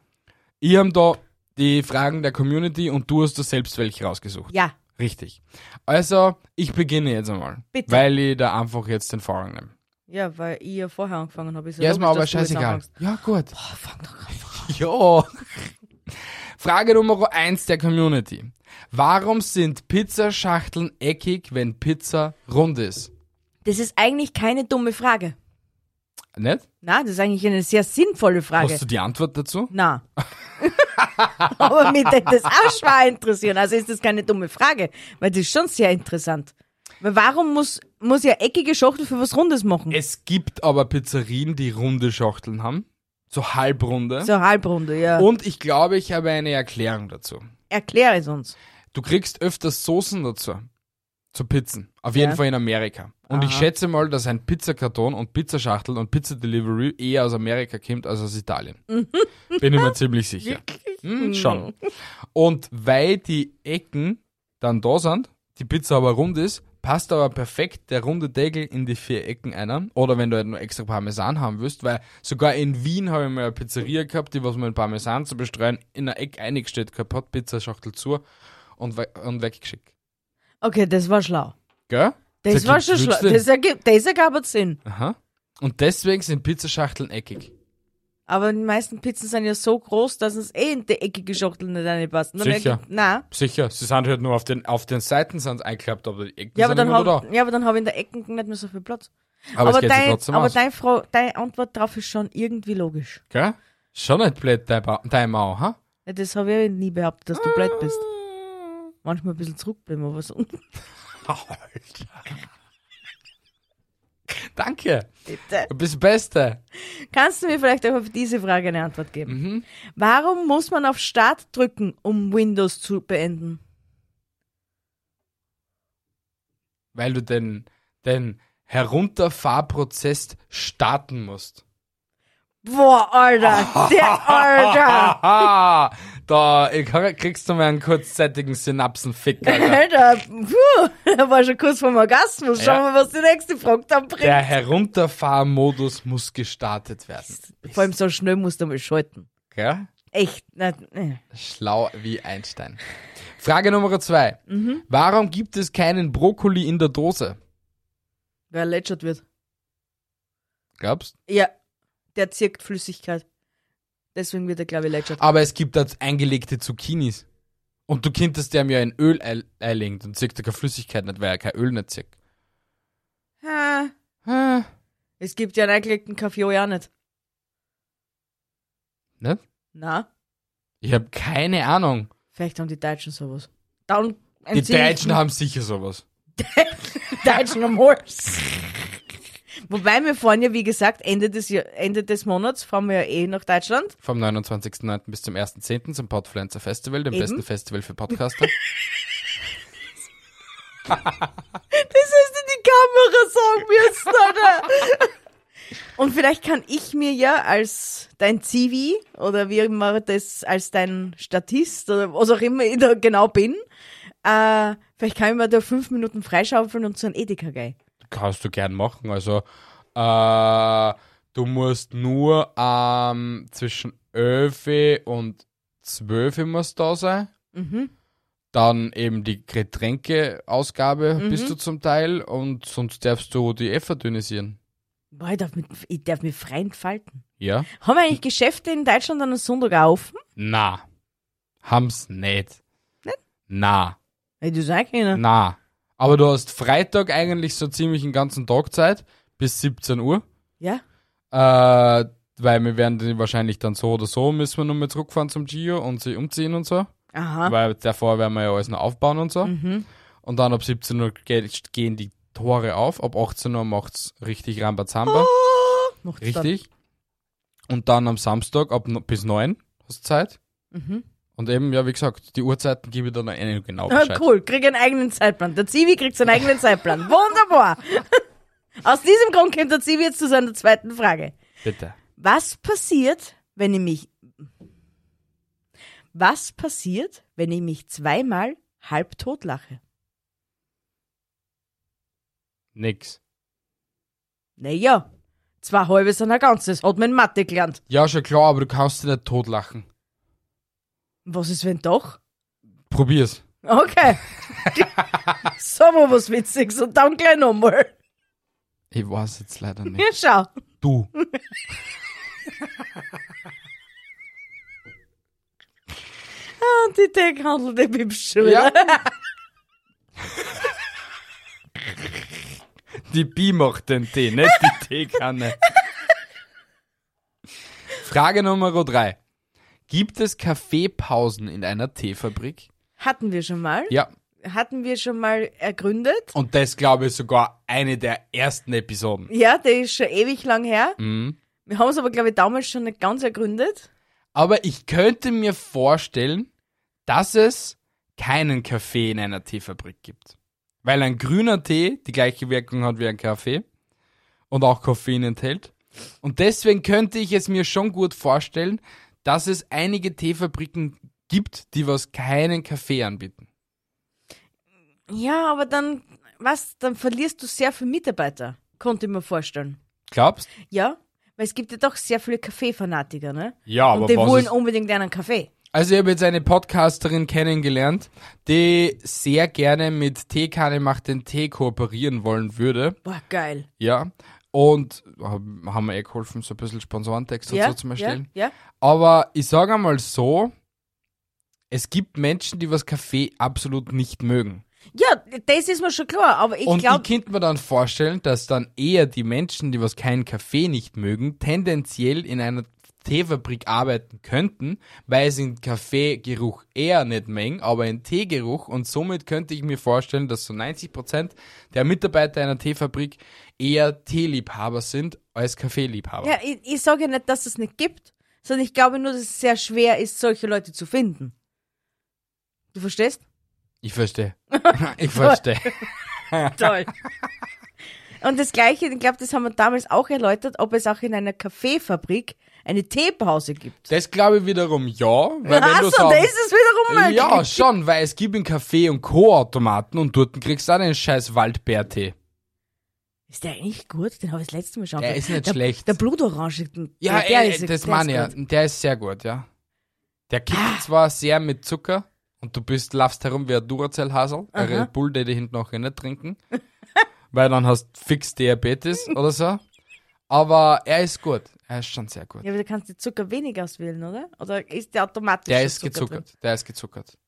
Speaker 1: Ich habe da die Fragen der Community und du hast da selbst welche rausgesucht.
Speaker 2: ja.
Speaker 1: Richtig. Also, ich beginne jetzt einmal.
Speaker 2: Bitte.
Speaker 1: Weil ich da einfach jetzt den Vorrang nehme.
Speaker 2: Ja, weil ich ja vorher angefangen habe.
Speaker 1: Ja, ist mir aber scheißegal. Ja, gut. Ja. Frage Nummer eins der Community. Warum sind Pizzaschachteln eckig, wenn Pizza rund ist?
Speaker 2: Das ist eigentlich keine dumme Frage.
Speaker 1: Nicht?
Speaker 2: Na, das ist eigentlich eine sehr sinnvolle Frage.
Speaker 1: Hast du die Antwort dazu?
Speaker 2: Na. aber mich hätte das auch schwer interessieren. Also ist das keine dumme Frage, weil das ist schon sehr interessant. Weil warum muss, muss ja eckige Schachtel für was Rundes machen?
Speaker 1: Es gibt aber Pizzerien, die runde Schachteln haben. So halbrunde.
Speaker 2: so eine Halbrunde, ja.
Speaker 1: Und ich glaube, ich habe eine Erklärung dazu.
Speaker 2: Erkläre es uns.
Speaker 1: Du kriegst öfters Soßen dazu. Zu Pizzen. Auf jeden
Speaker 2: Ja.
Speaker 1: Fall in Amerika. Und ich schätze mal, dass ein Pizzakarton und Pizzaschachtel und Pizzadelivery eher aus Amerika kommt als aus Italien. Bin ich mir ziemlich sicher. Hm, schon. Und weil die Ecken dann da sind, die Pizza aber rund ist, passt aber perfekt der runde Deckel in die vier Ecken einer. Oder wenn du halt noch extra Parmesan haben willst, weil sogar in Wien habe ich mal eine Pizzeria gehabt, die was mit Parmesan zu bestreuen, in der Eck eingestellt gehabt hat, Pizzaschachtel zu und, we und weggeschickt.
Speaker 2: Okay, das war schlau.
Speaker 1: Gell?
Speaker 2: Das
Speaker 1: ergibt
Speaker 2: war schon schlau.
Speaker 1: Sinn.
Speaker 2: Das ergibt, das ergab jetzt Sinn.
Speaker 1: Aha. Und deswegen sind Pizzaschachteln eckig.
Speaker 2: Aber die meisten Pizzen sind ja so groß, dass es eh in die eckige Schachtel nicht reinpassen. Dann
Speaker 1: Sicher.
Speaker 2: ergibt- Nein.
Speaker 1: Sicher, sie sind halt nur auf den, auf den Seiten sind eingeklappt, aber die Ecken
Speaker 2: Ja, aber
Speaker 1: sind
Speaker 2: dann
Speaker 1: immer nur da.
Speaker 2: habe ja, aber dann hab ich in der Ecke nicht mehr so viel Platz.
Speaker 1: Aber, es geht sich
Speaker 2: dein,
Speaker 1: trotzdem
Speaker 2: aber
Speaker 1: aus.
Speaker 2: dein Frau, deine Antwort drauf ist schon irgendwie logisch.
Speaker 1: Gell? Schon nicht blöd, dein, ba dein Mau, ha?
Speaker 2: halt Ja, Das habe ich nie behauptet, dass du blöd bist. manchmal ein bisschen zurückbleiben, aber so.
Speaker 1: Alter. Danke.
Speaker 2: Bitte.
Speaker 1: Du bist Beste.
Speaker 2: Kannst du mir vielleicht auch auf diese Frage eine Antwort geben? Warum muss man auf Start drücken, um Windows zu beenden?
Speaker 1: Weil du den, den Herunterfahrprozess starten musst.
Speaker 2: Boah, Alter! Der Alter!
Speaker 1: Haha, da ich- kriegst du mal einen kurzzeitigen Synapsenfick, Alter.
Speaker 2: Alter, puh, der war schon kurz vorm Orgasmus. Schauen wir mal, was die nächste Frage dann bringt.
Speaker 1: Der Herunterfahrmodus muss gestartet werden.
Speaker 2: Vor allem so schnell musst du mal schalten.
Speaker 1: Gell?
Speaker 2: Echt? Na, ne.
Speaker 1: Schlau wie Einstein. Frage Nummer zwei. Warum gibt es keinen Brokkoli in der Dose?
Speaker 2: Wer lätschert wird.
Speaker 1: Glaubst?
Speaker 2: Ja, der zirkt Flüssigkeit. Deswegen wird er, glaube ich, lätschert.
Speaker 1: Aber es gibt dort eingelegte Zucchinis. Und du könntest dem ja in Öl ei- einlegen, dann zirkt er keine Flüssigkeit nicht, weil er kein Öl nicht zirkt.
Speaker 2: Ha.
Speaker 1: Hä?
Speaker 2: Es gibt ja einen eingelegten Kaffee auch nicht.
Speaker 1: Nicht?
Speaker 2: Na,
Speaker 1: Ich habe keine Ahnung.
Speaker 2: vielleicht haben die Deutschen sowas. Dann
Speaker 1: Die
Speaker 2: entziehe ich
Speaker 1: Deutschen haben sicher sowas.
Speaker 2: Deutschen am Hals. Wobei wir fahren ja, wie gesagt, Ende des, Jahr- Ende des Monats fahren wir ja eh nach Deutschland.
Speaker 1: Vom 29.09. bis zum 1.10. zum Podfluencer Festival, dem
Speaker 2: Eben.
Speaker 1: besten Festival für Podcaster.
Speaker 2: Das ist in die Kamera sagen müssen, Alter. Und vielleicht kann ich mir ja als dein Zivi oder wie immer das, als dein Statist oder was auch immer ich da genau bin, äh, vielleicht kann ich mir da fünf Minuten freischaufeln und zu einem Edeka gehen.
Speaker 1: Kannst du gern machen. Also, äh, du musst nur ähm, zwischen 11 und 12 Uhr musst da sein.
Speaker 2: Mhm.
Speaker 1: Dann eben die Getränkeausgabe bist du zum Teil und sonst darfst du die F verdünnisieren.
Speaker 2: Boah, ich darf, mit, ich darf mich frei entfalten.
Speaker 1: Ja?
Speaker 2: Haben eigentlich Geschäfte in Deutschland an einem Sonntag auf?
Speaker 1: Na. Haben's nicht. Na.
Speaker 2: Hätte ich sagen können.
Speaker 1: Na. Aber du hast Freitag eigentlich so ziemlich den ganzen Tag Zeit bis 17 Uhr.
Speaker 2: Ja?
Speaker 1: Äh, weil wir werden die wahrscheinlich dann so oder so müssen wir nochmal zurückfahren zum Gio und sie umziehen und so.
Speaker 2: Aha.
Speaker 1: Weil davor werden wir ja alles noch aufbauen und
Speaker 2: Mhm.
Speaker 1: so. Und dann ab 17 Uhr ge- gehen die Tore auf. Ab 18 Uhr macht's richtig Rambazamba.
Speaker 2: Oh. Macht's
Speaker 1: richtig. Und dann am Samstag ab no- bis 9 hast du Zeit.
Speaker 2: Mhm.
Speaker 1: Und eben, ja, wie gesagt, die Uhrzeiten gebe ich dann einen genau
Speaker 2: Dann.
Speaker 1: Bescheid.
Speaker 2: Ah, cool, krieg einen eigenen Zeitplan. Der Zivi kriegt seinen eigenen Zeitplan. Wunderbar. Aus diesem Grund kommt der Zivi jetzt zu seiner zweiten Frage.
Speaker 1: Bitte.
Speaker 2: Was passiert, wenn ich mich... Was passiert, wenn ich mich zweimal halbtot lache?
Speaker 1: Nix.
Speaker 2: Naja, zwei halbe sind ein ganzes, hat mein Mathe gelernt.
Speaker 1: Ja, schon klar, aber du kannst dich nicht totlachen.
Speaker 2: Was ist, wenn doch?
Speaker 1: Probier's.
Speaker 2: Okay. Sagen wir was Witziges und dann gleich nochmal.
Speaker 1: Ich weiß jetzt leider nicht.
Speaker 2: Ja, schau.
Speaker 1: Du.
Speaker 2: Und die Tag handelt im Bibschule.
Speaker 1: Ja. Die Bi macht den Tee, nicht die Teekanne. Frage Nummer drei. Gibt es Kaffeepausen in einer Teefabrik?
Speaker 2: Hatten wir schon mal.
Speaker 1: Ja.
Speaker 2: Hatten wir schon mal ergründet.
Speaker 1: Und das glaube ich sogar eine der ersten Episoden.
Speaker 2: Ja, der ist schon ewig lang her.
Speaker 1: Mhm.
Speaker 2: Wir haben es aber, glaube ich, damals schon nicht ganz ergründet.
Speaker 1: Aber ich könnte mir vorstellen, dass es keinen Kaffee in einer Teefabrik gibt. Weil ein grüner Tee die gleiche Wirkung hat wie ein Kaffee und auch Koffein enthält. Und deswegen könnte ich es mir schon gut vorstellen, dass es einige Teefabriken gibt, die was keinen Kaffee anbieten.
Speaker 2: Ja, aber dann, was, dann verlierst du sehr viele Mitarbeiter. Konnte ich mir vorstellen.
Speaker 1: Glaubst?
Speaker 2: Ja, weil es gibt ja doch sehr viele Kaffeefanatiker, ne?
Speaker 1: Ja,
Speaker 2: Und die wollen unbedingt einen Kaffee.
Speaker 1: Also ich habe jetzt eine Podcasterin kennengelernt, die sehr gerne mit Teekanne macht den Tee kooperieren wollen würde.
Speaker 2: Boah, geil.
Speaker 1: Ja. Und hab- haben wir eh geholfen, so ein bisschen Sponsorentext dazu
Speaker 2: ja,
Speaker 1: zu erstellen.
Speaker 2: ja, ja.
Speaker 1: Aber ich sage einmal so, es gibt Menschen, die was Kaffee absolut nicht mögen.
Speaker 2: Ja, das ist mir schon klar, aber ich
Speaker 1: Und ich
Speaker 2: glaube,
Speaker 1: könnte mir dann vorstellen, dass dann eher die Menschen, die was keinen Kaffee nicht mögen, tendenziell in einer Teefabrik arbeiten könnten, weil es in Kaffeegeruch eher nicht mengen, aber in Teegeruch und somit könnte ich mir vorstellen, dass so 90% der Mitarbeiter einer Teefabrik eher Teeliebhaber sind als Kaffeeliebhaber.
Speaker 2: Ja, ich, ich sage ja nicht, dass es nicht gibt, sondern ich glaube nur, dass es sehr schwer ist, solche Leute zu finden. Du verstehst?
Speaker 1: Ich verstehe. ich verstehe.
Speaker 2: Toll. Und das Gleiche, ich glaube, das haben wir damals auch erläutert, ob es auch in einer Kaffeefabrik eine Teepause gibt.
Speaker 1: Das glaube ich wiederum ja, weil wenn du
Speaker 2: Achso,
Speaker 1: sagst,
Speaker 2: da ist es wiederum möglich.
Speaker 1: Ja, schon, weil es gibt im Café und Co-Automaten und dort kriegst du auch den scheiß Waldbeertee.
Speaker 2: Ist der eigentlich gut? Den habe ich das letzte Mal schon
Speaker 1: Der ist
Speaker 2: gesehen.
Speaker 1: nicht
Speaker 2: der,
Speaker 1: schlecht.
Speaker 2: Der Blutorange. den-
Speaker 1: Ja,
Speaker 2: der
Speaker 1: ey,
Speaker 2: ist- der
Speaker 1: das
Speaker 2: ist
Speaker 1: meine ich. ja.
Speaker 2: gut. Ah.
Speaker 1: Der ist sehr gut, ja. Der kickt zwar sehr mit Zucker und du bist, laufst herum wie ein Duracell-Hasel, ein Red Bull, den die hinten auch nicht trinken, weil dann hast du fix Diabetes oder so. Aber er ist gut. Er ist schon sehr gut.
Speaker 2: Ja, aber du kannst den Zucker wenig auswählen, oder? Oder ist der automatisch
Speaker 1: der
Speaker 2: schon
Speaker 1: ist
Speaker 2: Zucker
Speaker 1: gezuckert. Der ist gezuckert.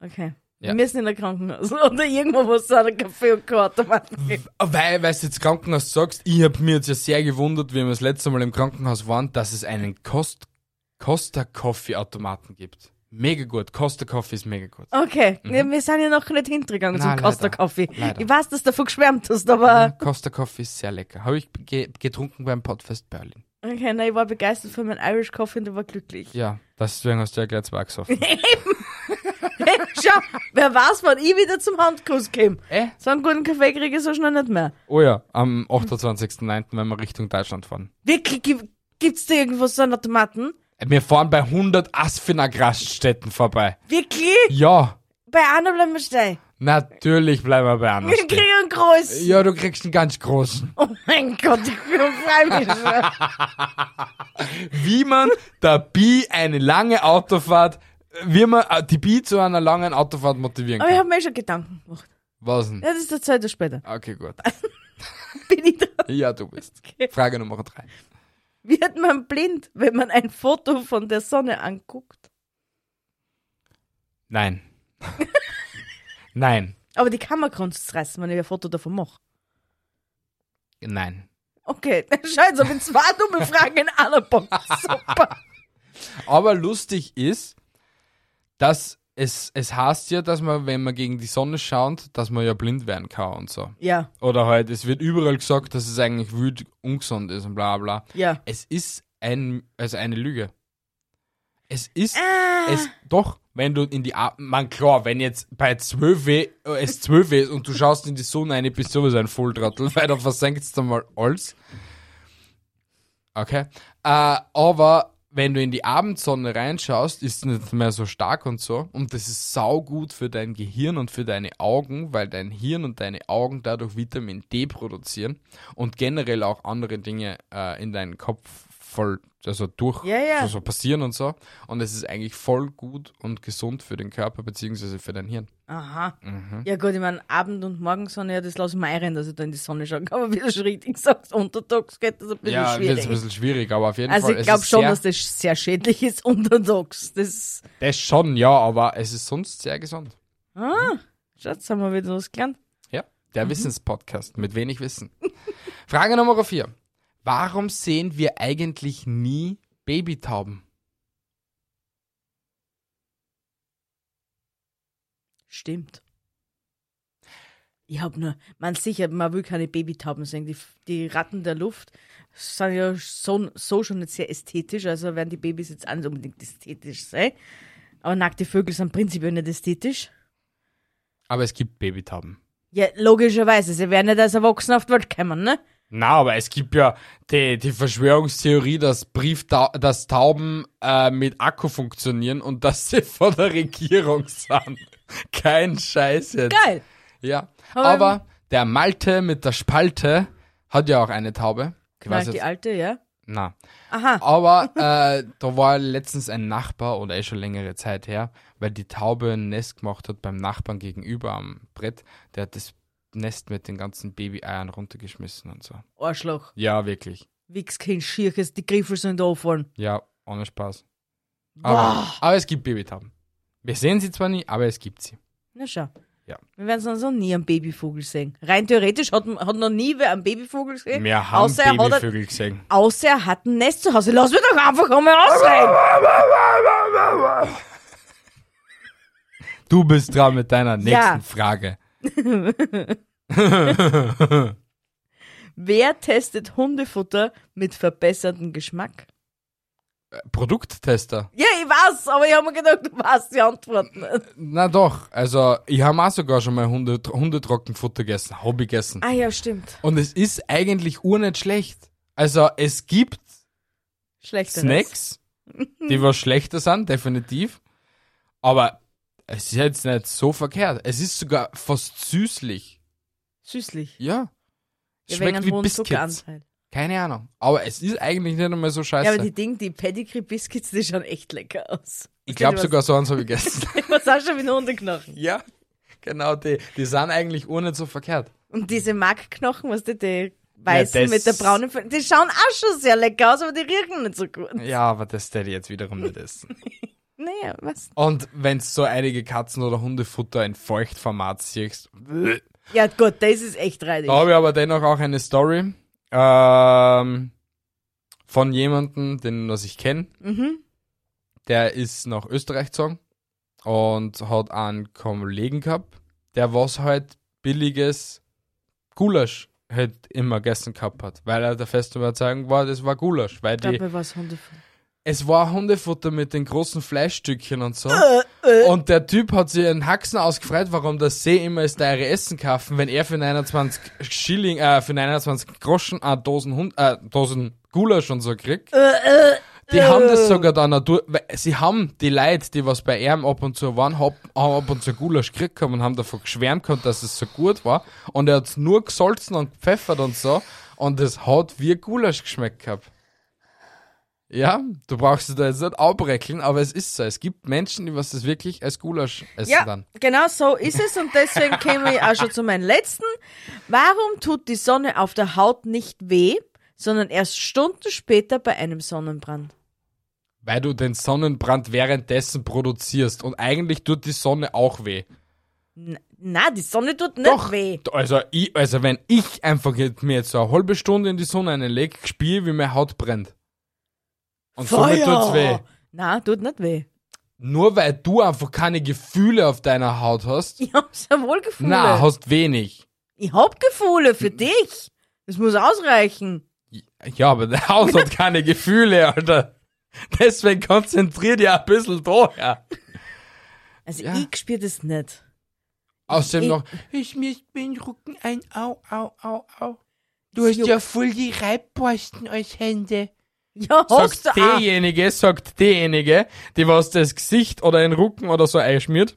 Speaker 2: Drin? Okay.
Speaker 1: Ja.
Speaker 2: Wir müssen in der Krankenhaus oder irgendwo, wo es so einen Kaffee und Automaten gibt.
Speaker 1: Weil, weil du jetzt Krankenhaus sagst, ich hab mir jetzt ja sehr gewundert, wie wir das letzte Mal im Krankenhaus waren, dass es einen Kost Costa Coffee Automaten gibt. Mega gut. Costa Coffee ist mega gut.
Speaker 2: Okay, ja, wir sind ja noch nicht hintergegangen
Speaker 1: Mhm. Nein,
Speaker 2: zum Costa
Speaker 1: leider.
Speaker 2: Coffee.
Speaker 1: Leider.
Speaker 2: Ich weiß, dass du davon geschwärmt hast, aber
Speaker 1: Costa Coffee ist sehr lecker. Habe ich ge getrunken beim Podfest Berlin.
Speaker 2: okay, nein, ich war begeistert von meinem Irish Coffee und ich war glücklich.
Speaker 1: Mhm. Ja, deswegen hast du ja gleich zwei gesoffen.
Speaker 2: Schau, wer weiß, wann ich wieder zum Handkuss käme.
Speaker 1: äh?
Speaker 2: So einen guten Kaffee kriege ich so schnell nicht mehr.
Speaker 1: Oh ja, am 28.09., wenn wir Richtung Deutschland fahren.
Speaker 2: Wirklich, gi- gibt's da irgendwo so einen Automaten?
Speaker 1: Wir fahren bei 100 Asfiner Graststätten vorbei.
Speaker 2: Wirklich?
Speaker 1: Ja,
Speaker 2: Bei einer bleiben wir stehen.
Speaker 1: natürlich bleiben wir bei anderen
Speaker 2: Wir
Speaker 1: stehen.
Speaker 2: kriegen einen Groß.
Speaker 1: Ja, du kriegst einen ganz großen.
Speaker 2: Oh mein Gott, ich freue mich schon.
Speaker 1: wie man der Bi eine lange Autofahrt, wie man äh, die Bi zu einer langen Autofahrt motivieren
Speaker 2: Aber ich
Speaker 1: kann.
Speaker 2: habe mir schon Gedanken gemacht.
Speaker 1: Was denn?
Speaker 2: Ja, Das ist der zweite später.
Speaker 1: Okay, gut.
Speaker 2: Bin ich dran?
Speaker 1: Ja, du bist. Frage Nummer drei.
Speaker 2: Wird man blind, wenn man ein Foto von der Sonne anguckt?
Speaker 1: Nein. Nein.
Speaker 2: Aber die Kamera kannst du reißen, wenn ich ein Foto davon mache.
Speaker 1: Nein.
Speaker 2: Okay, scheiße, ich bin zwei dumme Fragen in einer Box. Super.
Speaker 1: Aber lustig ist, dass es, es heißt ja, dass man, wenn man gegen die Sonne schaut, dass man ja blind werden kann und so.
Speaker 2: Ja,
Speaker 1: Oder halt, es wird überall gesagt, dass es eigentlich wild ungesund ist und bla bla.
Speaker 2: ja.
Speaker 1: Es ist ein, also eine Lüge. Es ist,
Speaker 2: Ah.
Speaker 1: es, doch, wenn du in die, Ar- man klar, wenn jetzt bei 12 Uhr- äh, es 12 Uhr ist und du schaust in die Sonne rein, bist du sowieso ein Volltrottel, weil da versenkst du mal alles. Okay. Äh, aber wenn du in die Abendsonne reinschaust, ist es nicht mehr so stark und so. Und das ist saugut für dein Gehirn und für deine Augen, weil dein Hirn und deine Augen dadurch Vitamin D produzieren und generell auch andere Dinge äh, in deinen Kopf voll, also durch,
Speaker 2: Ja, ja.
Speaker 1: So, so passieren und so. Und es ist eigentlich voll gut und gesund für den Körper beziehungsweise für dein Hirn.
Speaker 2: Aha.
Speaker 1: Mhm.
Speaker 2: Ja gut, ich meine, Abend- und Morgensonne, ja, das lasse ich mir einrennen, dass ich da in die Sonne schaue. Aber wie du schon richtig sagst, untertags geht das ein bisschen
Speaker 1: Ja, wird
Speaker 2: schwierig.
Speaker 1: ein bisschen schwierig, aber auf jeden
Speaker 2: also
Speaker 1: Fall.
Speaker 2: ich
Speaker 1: es
Speaker 2: glaube
Speaker 1: ist
Speaker 2: schon,
Speaker 1: sehr,
Speaker 2: dass das sehr schädlich ist, untertags. Das,
Speaker 1: das schon, ja, aber es ist sonst sehr gesund.
Speaker 2: Schatz, ah, haben wir wieder was gelernt.
Speaker 1: Ja,
Speaker 2: Mhm.
Speaker 1: der Wissenspodcast mit wenig Wissen. Frage Nummer vier. Warum sehen wir eigentlich nie Babytauben?
Speaker 2: Stimmt. Ich hab nur, man sicher, man will keine Babytauben sehen. Die, die Ratten der Luft sind ja so, so schon nicht sehr ästhetisch, also werden die Babys jetzt auch nicht unbedingt ästhetisch sein. Aber nackte Vögel sind prinzipiell nicht ästhetisch.
Speaker 1: Aber es gibt Babytauben.
Speaker 2: Ja, logischerweise, sie werden nicht als Erwachsene auf die Welt kommen, ne?
Speaker 1: Na, aber es gibt ja die, die Verschwörungstheorie, dass, Brieftau dass Tauben äh, mit Akku funktionieren und dass sie von der Regierung sind. Kein Scheiß jetzt.
Speaker 2: Geil!
Speaker 1: Ja.
Speaker 2: Aber-
Speaker 1: Aber der Malte mit der Spalte hat ja auch eine Taube. Ich
Speaker 2: Knallt
Speaker 1: weiß
Speaker 2: die
Speaker 1: jetzt,
Speaker 2: alte, ja?
Speaker 1: na,
Speaker 2: Aha,
Speaker 1: Aber äh, da war letztens ein Nachbar oder eh schon längere Zeit her, weil die Taube ein Nest gemacht hat beim Nachbarn gegenüber am Brett. Der hat das Nest mit den ganzen Baby-Eiern runtergeschmissen und so.
Speaker 2: Arschloch.
Speaker 1: Ja, wirklich.
Speaker 2: Wichskind, Schirches, die Griffel sollen da anfallen.
Speaker 1: Ja, ohne Spaß. Aber, aber es gibt Babytauben. Wir sehen sie zwar nie, aber es gibt sie.
Speaker 2: Na schau.
Speaker 1: Ja.
Speaker 2: Wir werden sonst noch nie einen Babyvogel sehen. Rein theoretisch hat, hat noch nie wer einen Babyvogel gesehen.
Speaker 1: Wir haben
Speaker 2: Äh, außer, er hat,
Speaker 1: Babyvögel gesehen.
Speaker 2: außer er hat ein Nest zu Hause. Lass mich doch einfach einmal aussehen.
Speaker 1: Du bist dran mit deiner nächsten
Speaker 2: Ja.
Speaker 1: Frage.
Speaker 2: Wer testet Hundefutter mit verbessertem Geschmack?
Speaker 1: Produkttester.
Speaker 2: Ja, ich weiß, aber ich habe mir gedacht, du weißt die Antworten. nicht.
Speaker 1: Na doch, also ich habe auch sogar schon mal Hunde, Hundetrockenfutter gegessen, Hobby gegessen.
Speaker 2: Ah ja, stimmt.
Speaker 1: Und es ist eigentlich urnet schlecht. Also es gibt
Speaker 2: Schlechteres.
Speaker 1: Snacks, die was schlechter sind, definitiv. Aber es ist jetzt nicht so verkehrt. Es ist sogar fast süßlich.
Speaker 2: Süßlich.
Speaker 1: Ja. Es
Speaker 2: Ja, wegen
Speaker 1: schmeckt
Speaker 2: einem
Speaker 1: wie
Speaker 2: hohen
Speaker 1: Biscuits.
Speaker 2: Zuckeranteil.
Speaker 1: Keine Ahnung. Aber es ist eigentlich nicht einmal so scheiße.
Speaker 2: Ja, aber die Dinge, die Pedigree Biscuits, die schauen echt lecker aus.
Speaker 1: ich glaube sogar so eins habe ich gegessen.
Speaker 2: Ich weiß auch schon wie ein Hundeknochen.
Speaker 1: ja, genau die. Die sind eigentlich urnet so verkehrt.
Speaker 2: Und diese Markknochen, was die, die weißen
Speaker 1: das-
Speaker 2: mit der braunen Fülle, die schauen auch schon sehr lecker aus, aber die riechen nicht so gut.
Speaker 1: Ja, aber das hätte ich jetzt wiederum nicht essen.
Speaker 2: Naja, was?
Speaker 1: Und wenn's so einige Katzen- oder Hundefutter in Feuchtformat siehst. Da
Speaker 2: Ja gut, das ist echt reidig.
Speaker 1: habe ich aber dennoch auch eine Story ähm, von jemandem, den was ich kenne.
Speaker 2: Mhm.
Speaker 1: Der ist nach Österreich gezogen und hat einen Kollegen gehabt, der was halt billiges Gulasch halt immer gegessen gehabt hat, weil er der festen Überzeugung war, das war Gulasch, weil die,
Speaker 2: Dabei war es Hundefutter.
Speaker 1: es war Hundefutter mit den großen Fleischstückchen und so.
Speaker 2: Äh,
Speaker 1: Und der Typ hat sich einen Haxen ausgefreut, warum das See immer das teure Essen kaufen, wenn er für 29 Schilling, äh, für 29 Groschen eine Dosen, Hund, äh, Dosen Gulasch und so kriegt.
Speaker 2: äh, äh.
Speaker 1: Die haben das sogar dann auch durch, weil sie haben die Leute, die was bei ihm ab und zu waren, hab, haben ab und zu Gulasch gekriegt haben und haben davon geschwärmt gehabt, dass es so gut war. Und er hat's nur gesalzen und gepfeffert und so. Und es hat wie Gulasch geschmeckt gehabt. Ja, du brauchst dich da jetzt nicht abbreckeln, aber es ist so. Es gibt Menschen, die was das wirklich als Gulasch essen
Speaker 2: Ja,
Speaker 1: dann.
Speaker 2: genau so ist es und deswegen käme ich auch schon zu meinem letzten. Warum tut die Sonne auf der Haut nicht weh, sondern erst Stunden später bei einem Sonnenbrand?
Speaker 1: Weil du den Sonnenbrand währenddessen produzierst. Und eigentlich tut die Sonne auch weh.
Speaker 2: Na, die Sonne tut nicht
Speaker 1: Doch.
Speaker 2: weh.
Speaker 1: Also, ich, also wenn ich einfach jetzt mir jetzt so eine halbe Stunde in die Sonne einlege, spüre ich, wie meine Haut brennt. Und somit tut's weh.
Speaker 2: Na, tut nicht weh.
Speaker 1: Nur weil du einfach keine Gefühle auf deiner Haut hast,
Speaker 2: Ich hab sehr wohl Gefühle.
Speaker 1: na, hast wenig.
Speaker 2: ich hab Gefühle für dich. Das muss ausreichen.
Speaker 1: Ja, aber deine Haut hat keine Gefühle, Alter. Deswegen konzentrier dich ein bisschen daher.
Speaker 2: Also
Speaker 1: Ja.
Speaker 2: ich spür das nicht.
Speaker 1: Außerdem
Speaker 2: Ich-
Speaker 1: noch, ich mir den Rücken ein, au, au, au, au.
Speaker 2: Du hast ja
Speaker 1: voll die Reibborsten als Hände.
Speaker 2: Ja, hast
Speaker 1: sagt
Speaker 2: du auch.
Speaker 1: derjenige, sagt derjenige, die was das Gesicht oder den Rücken oder so einschmiert,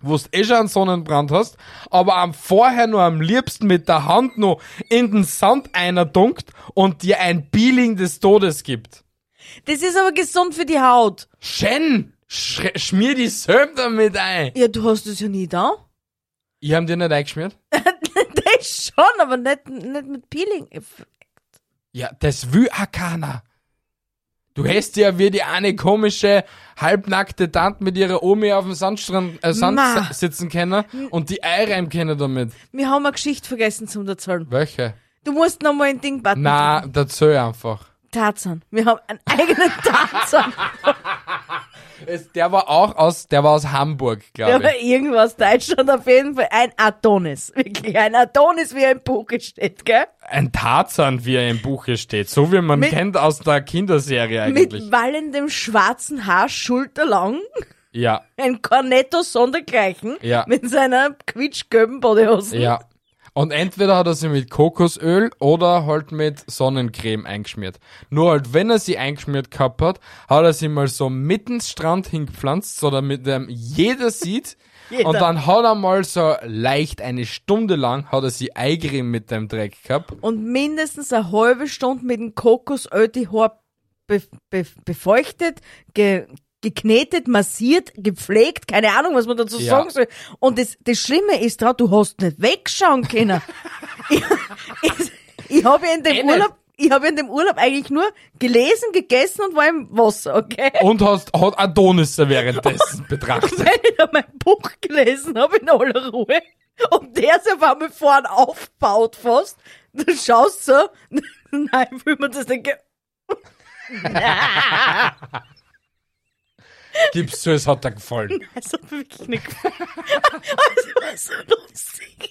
Speaker 1: wo du eh schon einen Sonnenbrand hast, aber am vorher nur am liebsten mit der Hand noch in den Sand einer dunkt und dir ein Peeling des Todes gibt.
Speaker 2: Ah, Das ist aber gesund für die Haut.
Speaker 1: Schen! Sch schmier die Söm damit ein!
Speaker 2: Ja, du hast es ja nie da.
Speaker 1: Ich hab dir nicht eingeschmiert?
Speaker 2: Das schon, aber nicht, nicht mit Peeling.
Speaker 1: Ja, das will auch keiner. Du hast ja wie die eine komische, halbnackte Tante mit ihrer Omi auf dem Sandstrand äh, Sand
Speaker 2: Ma.
Speaker 1: si- sitzen können und die Eireim kennen damit.
Speaker 2: Wir haben eine Geschichte vergessen zum erzählen.
Speaker 1: Welche?
Speaker 2: Du musst nochmal ein Ding button.
Speaker 1: Na, dazu einfach.
Speaker 2: Tarzan. Wir haben einen eigenen Tarzan.
Speaker 1: Es, der war auch aus, der war aus Hamburg,
Speaker 2: Wir
Speaker 1: glaube
Speaker 2: haben irgendwas Deutschland auf jeden Fall. Ein Adonis. Wirklich ein Adonis, wie er im Poker steht, gell?
Speaker 1: ich. Ein Tarzan, wie er im Buche steht, so wie man
Speaker 2: Mit-
Speaker 1: kennt aus der Kinderserie eigentlich.
Speaker 2: Mit wallendem schwarzen Haar, schulterlang,
Speaker 1: Ja,
Speaker 2: ein Cornetto sondergleichen,
Speaker 1: Ja.
Speaker 2: mit seiner quietschgelben Bodyhose.
Speaker 1: ja. Und entweder hat er sie mit Kokosöl oder halt mit Sonnencreme eingeschmiert. Nur halt, wenn er sie eingeschmiert gehabt hat, hat er sie mal so mitten ins Strand hingepflanzt, so damit ähm, jeder sieht.
Speaker 2: Jeder.
Speaker 1: Und dann hat er mal so leicht eine Stunde lang, hat er sie Eigreme mit dem Dreck gehabt.
Speaker 2: Und mindestens eine halbe Stunde mit dem Kokosöl die Haar be be befeuchtet, ge geknetet, massiert, gepflegt, keine Ahnung, was man dazu
Speaker 1: Ja.
Speaker 2: sagen soll. Und das, das Schlimme ist drauf, du hast nicht wegschauen können. ich ich, ich habe ja in
Speaker 1: Eh
Speaker 2: dem
Speaker 1: nicht.
Speaker 2: Urlaub ich habe in dem Urlaub eigentlich nur gelesen, gegessen und war im Wasser, okay?
Speaker 1: Und hast, hat Adonis währenddessen betrachtet.
Speaker 2: Wenn ich da mein Buch gelesen habe in aller Ruhe und der ist auf einmal vorn aufbaut fast, du schaust so, nein, will man das nicht. ge-
Speaker 1: Gibst du, es hat dir gefallen.
Speaker 2: Es hat mir wirklich nicht gefallen. Aber es war so lustig.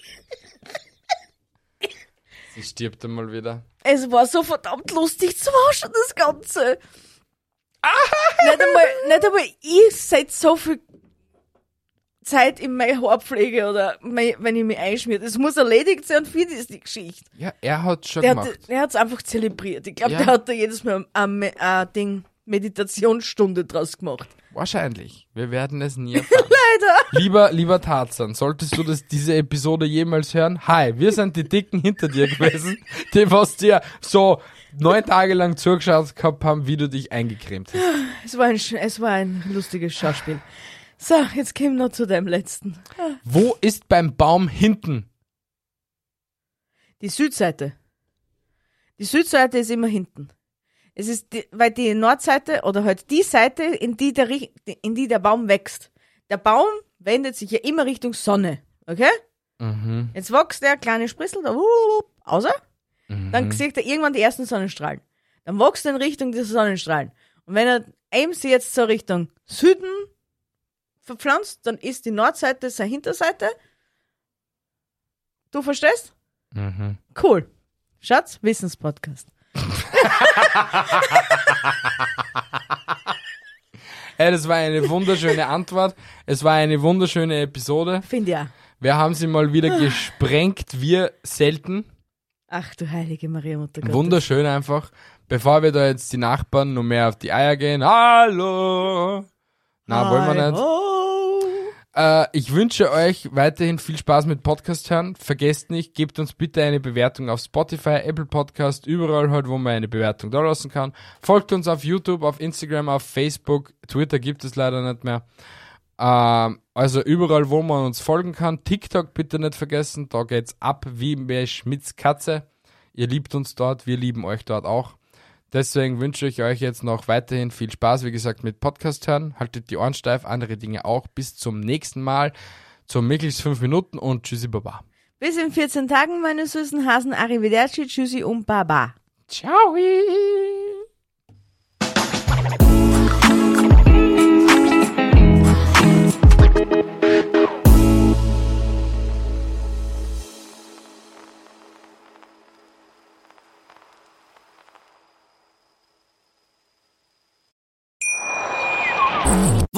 Speaker 1: Sie stirbt einmal wieder.
Speaker 2: Es war so verdammt lustig zu waschen, das Ganze. nicht, einmal, nicht einmal ich seit so viel Zeit in meiner Haarpflege oder mein, wenn ich mich einschmiert. Es muss erledigt sein und für die ist die Geschichte.
Speaker 1: Ja, er hat schon
Speaker 2: Der
Speaker 1: gemacht.
Speaker 2: hat der hat's einfach zelebriert. Ich glaube,
Speaker 1: Ja.
Speaker 2: der hat da jedes Mal ein, ein, ein Ding, Meditationsstunde draus gemacht.
Speaker 1: Wahrscheinlich. Wir werden es nie erfahren. Lieber, lieber Tarzan, solltest du das, diese Episode jemals hören? Hi, wir sind die Dicken hinter dir gewesen, die was dir so neun Tage lang zugeschaut gehabt haben, wie du dich eingecremt hast.
Speaker 2: Es war ein, sch- es war ein lustiges Schauspiel. So, jetzt kämen wir noch zu deinem letzten.
Speaker 1: Wo ist beim Baum hinten?
Speaker 2: Die Südseite. Die Südseite ist immer hinten. Es ist, die, weil die Nordseite oder halt die Seite, in die, der, Richt- in die der Baum wächst. Der Baum wendet sich ja immer Richtung Sonne. Okay?
Speaker 1: Mhm.
Speaker 2: Jetzt wächst der kleine Sprissel da, wup, außer. Dann sieht er irgendwann die ersten Sonnenstrahlen. Dann wächst er in Richtung dieser Sonnenstrahlen. Und wenn er eben sie jetzt so Richtung Süden verpflanzt, dann ist die Nordseite seine Hinterseite. Du verstehst?
Speaker 1: Mhm.
Speaker 2: Cool. Schatz, Wissenspodcast.
Speaker 1: Ey, das war eine wunderschöne Antwort. Es war eine wunderschöne Episode.
Speaker 2: Finde ja.
Speaker 1: Wir haben sie mal wieder gesprengt. Wir selten.
Speaker 2: Ach du heilige Maria Mutter Gottes.
Speaker 1: Wunderschön einfach. Bevor wir da jetzt die Nachbarn noch mehr auf die Eier gehen. Hallo! Na, wollen wir
Speaker 2: Hi,
Speaker 1: nicht.
Speaker 2: ho.
Speaker 1: Äh, ich wünsche euch weiterhin viel Spaß mit Podcast hören. Vergesst nicht, gebt uns bitte eine Bewertung auf Spotify, Apple Podcast, überall halt, wo man eine Bewertung da lassen kann. Folgt uns auf YouTube, auf Instagram, auf Facebook. Twitter gibt es leider nicht mehr. Ähm, also überall, wo man uns folgen kann. TikTok bitte nicht vergessen. Da geht's ab wie bei Schmitz Katze. Ihr liebt uns dort, wir lieben euch dort auch. Deswegen wünsche ich euch jetzt noch weiterhin viel Spaß, wie gesagt, mit Podcast hören. Haltet die Ohren steif, andere Dinge auch. Bis zum nächsten Mal, zum Michels 5 Minuten und tschüssi baba.
Speaker 2: Bis in 14 Tagen, meine süßen Hasen. Arrivederci, tschüssi und baba.
Speaker 1: Ciao.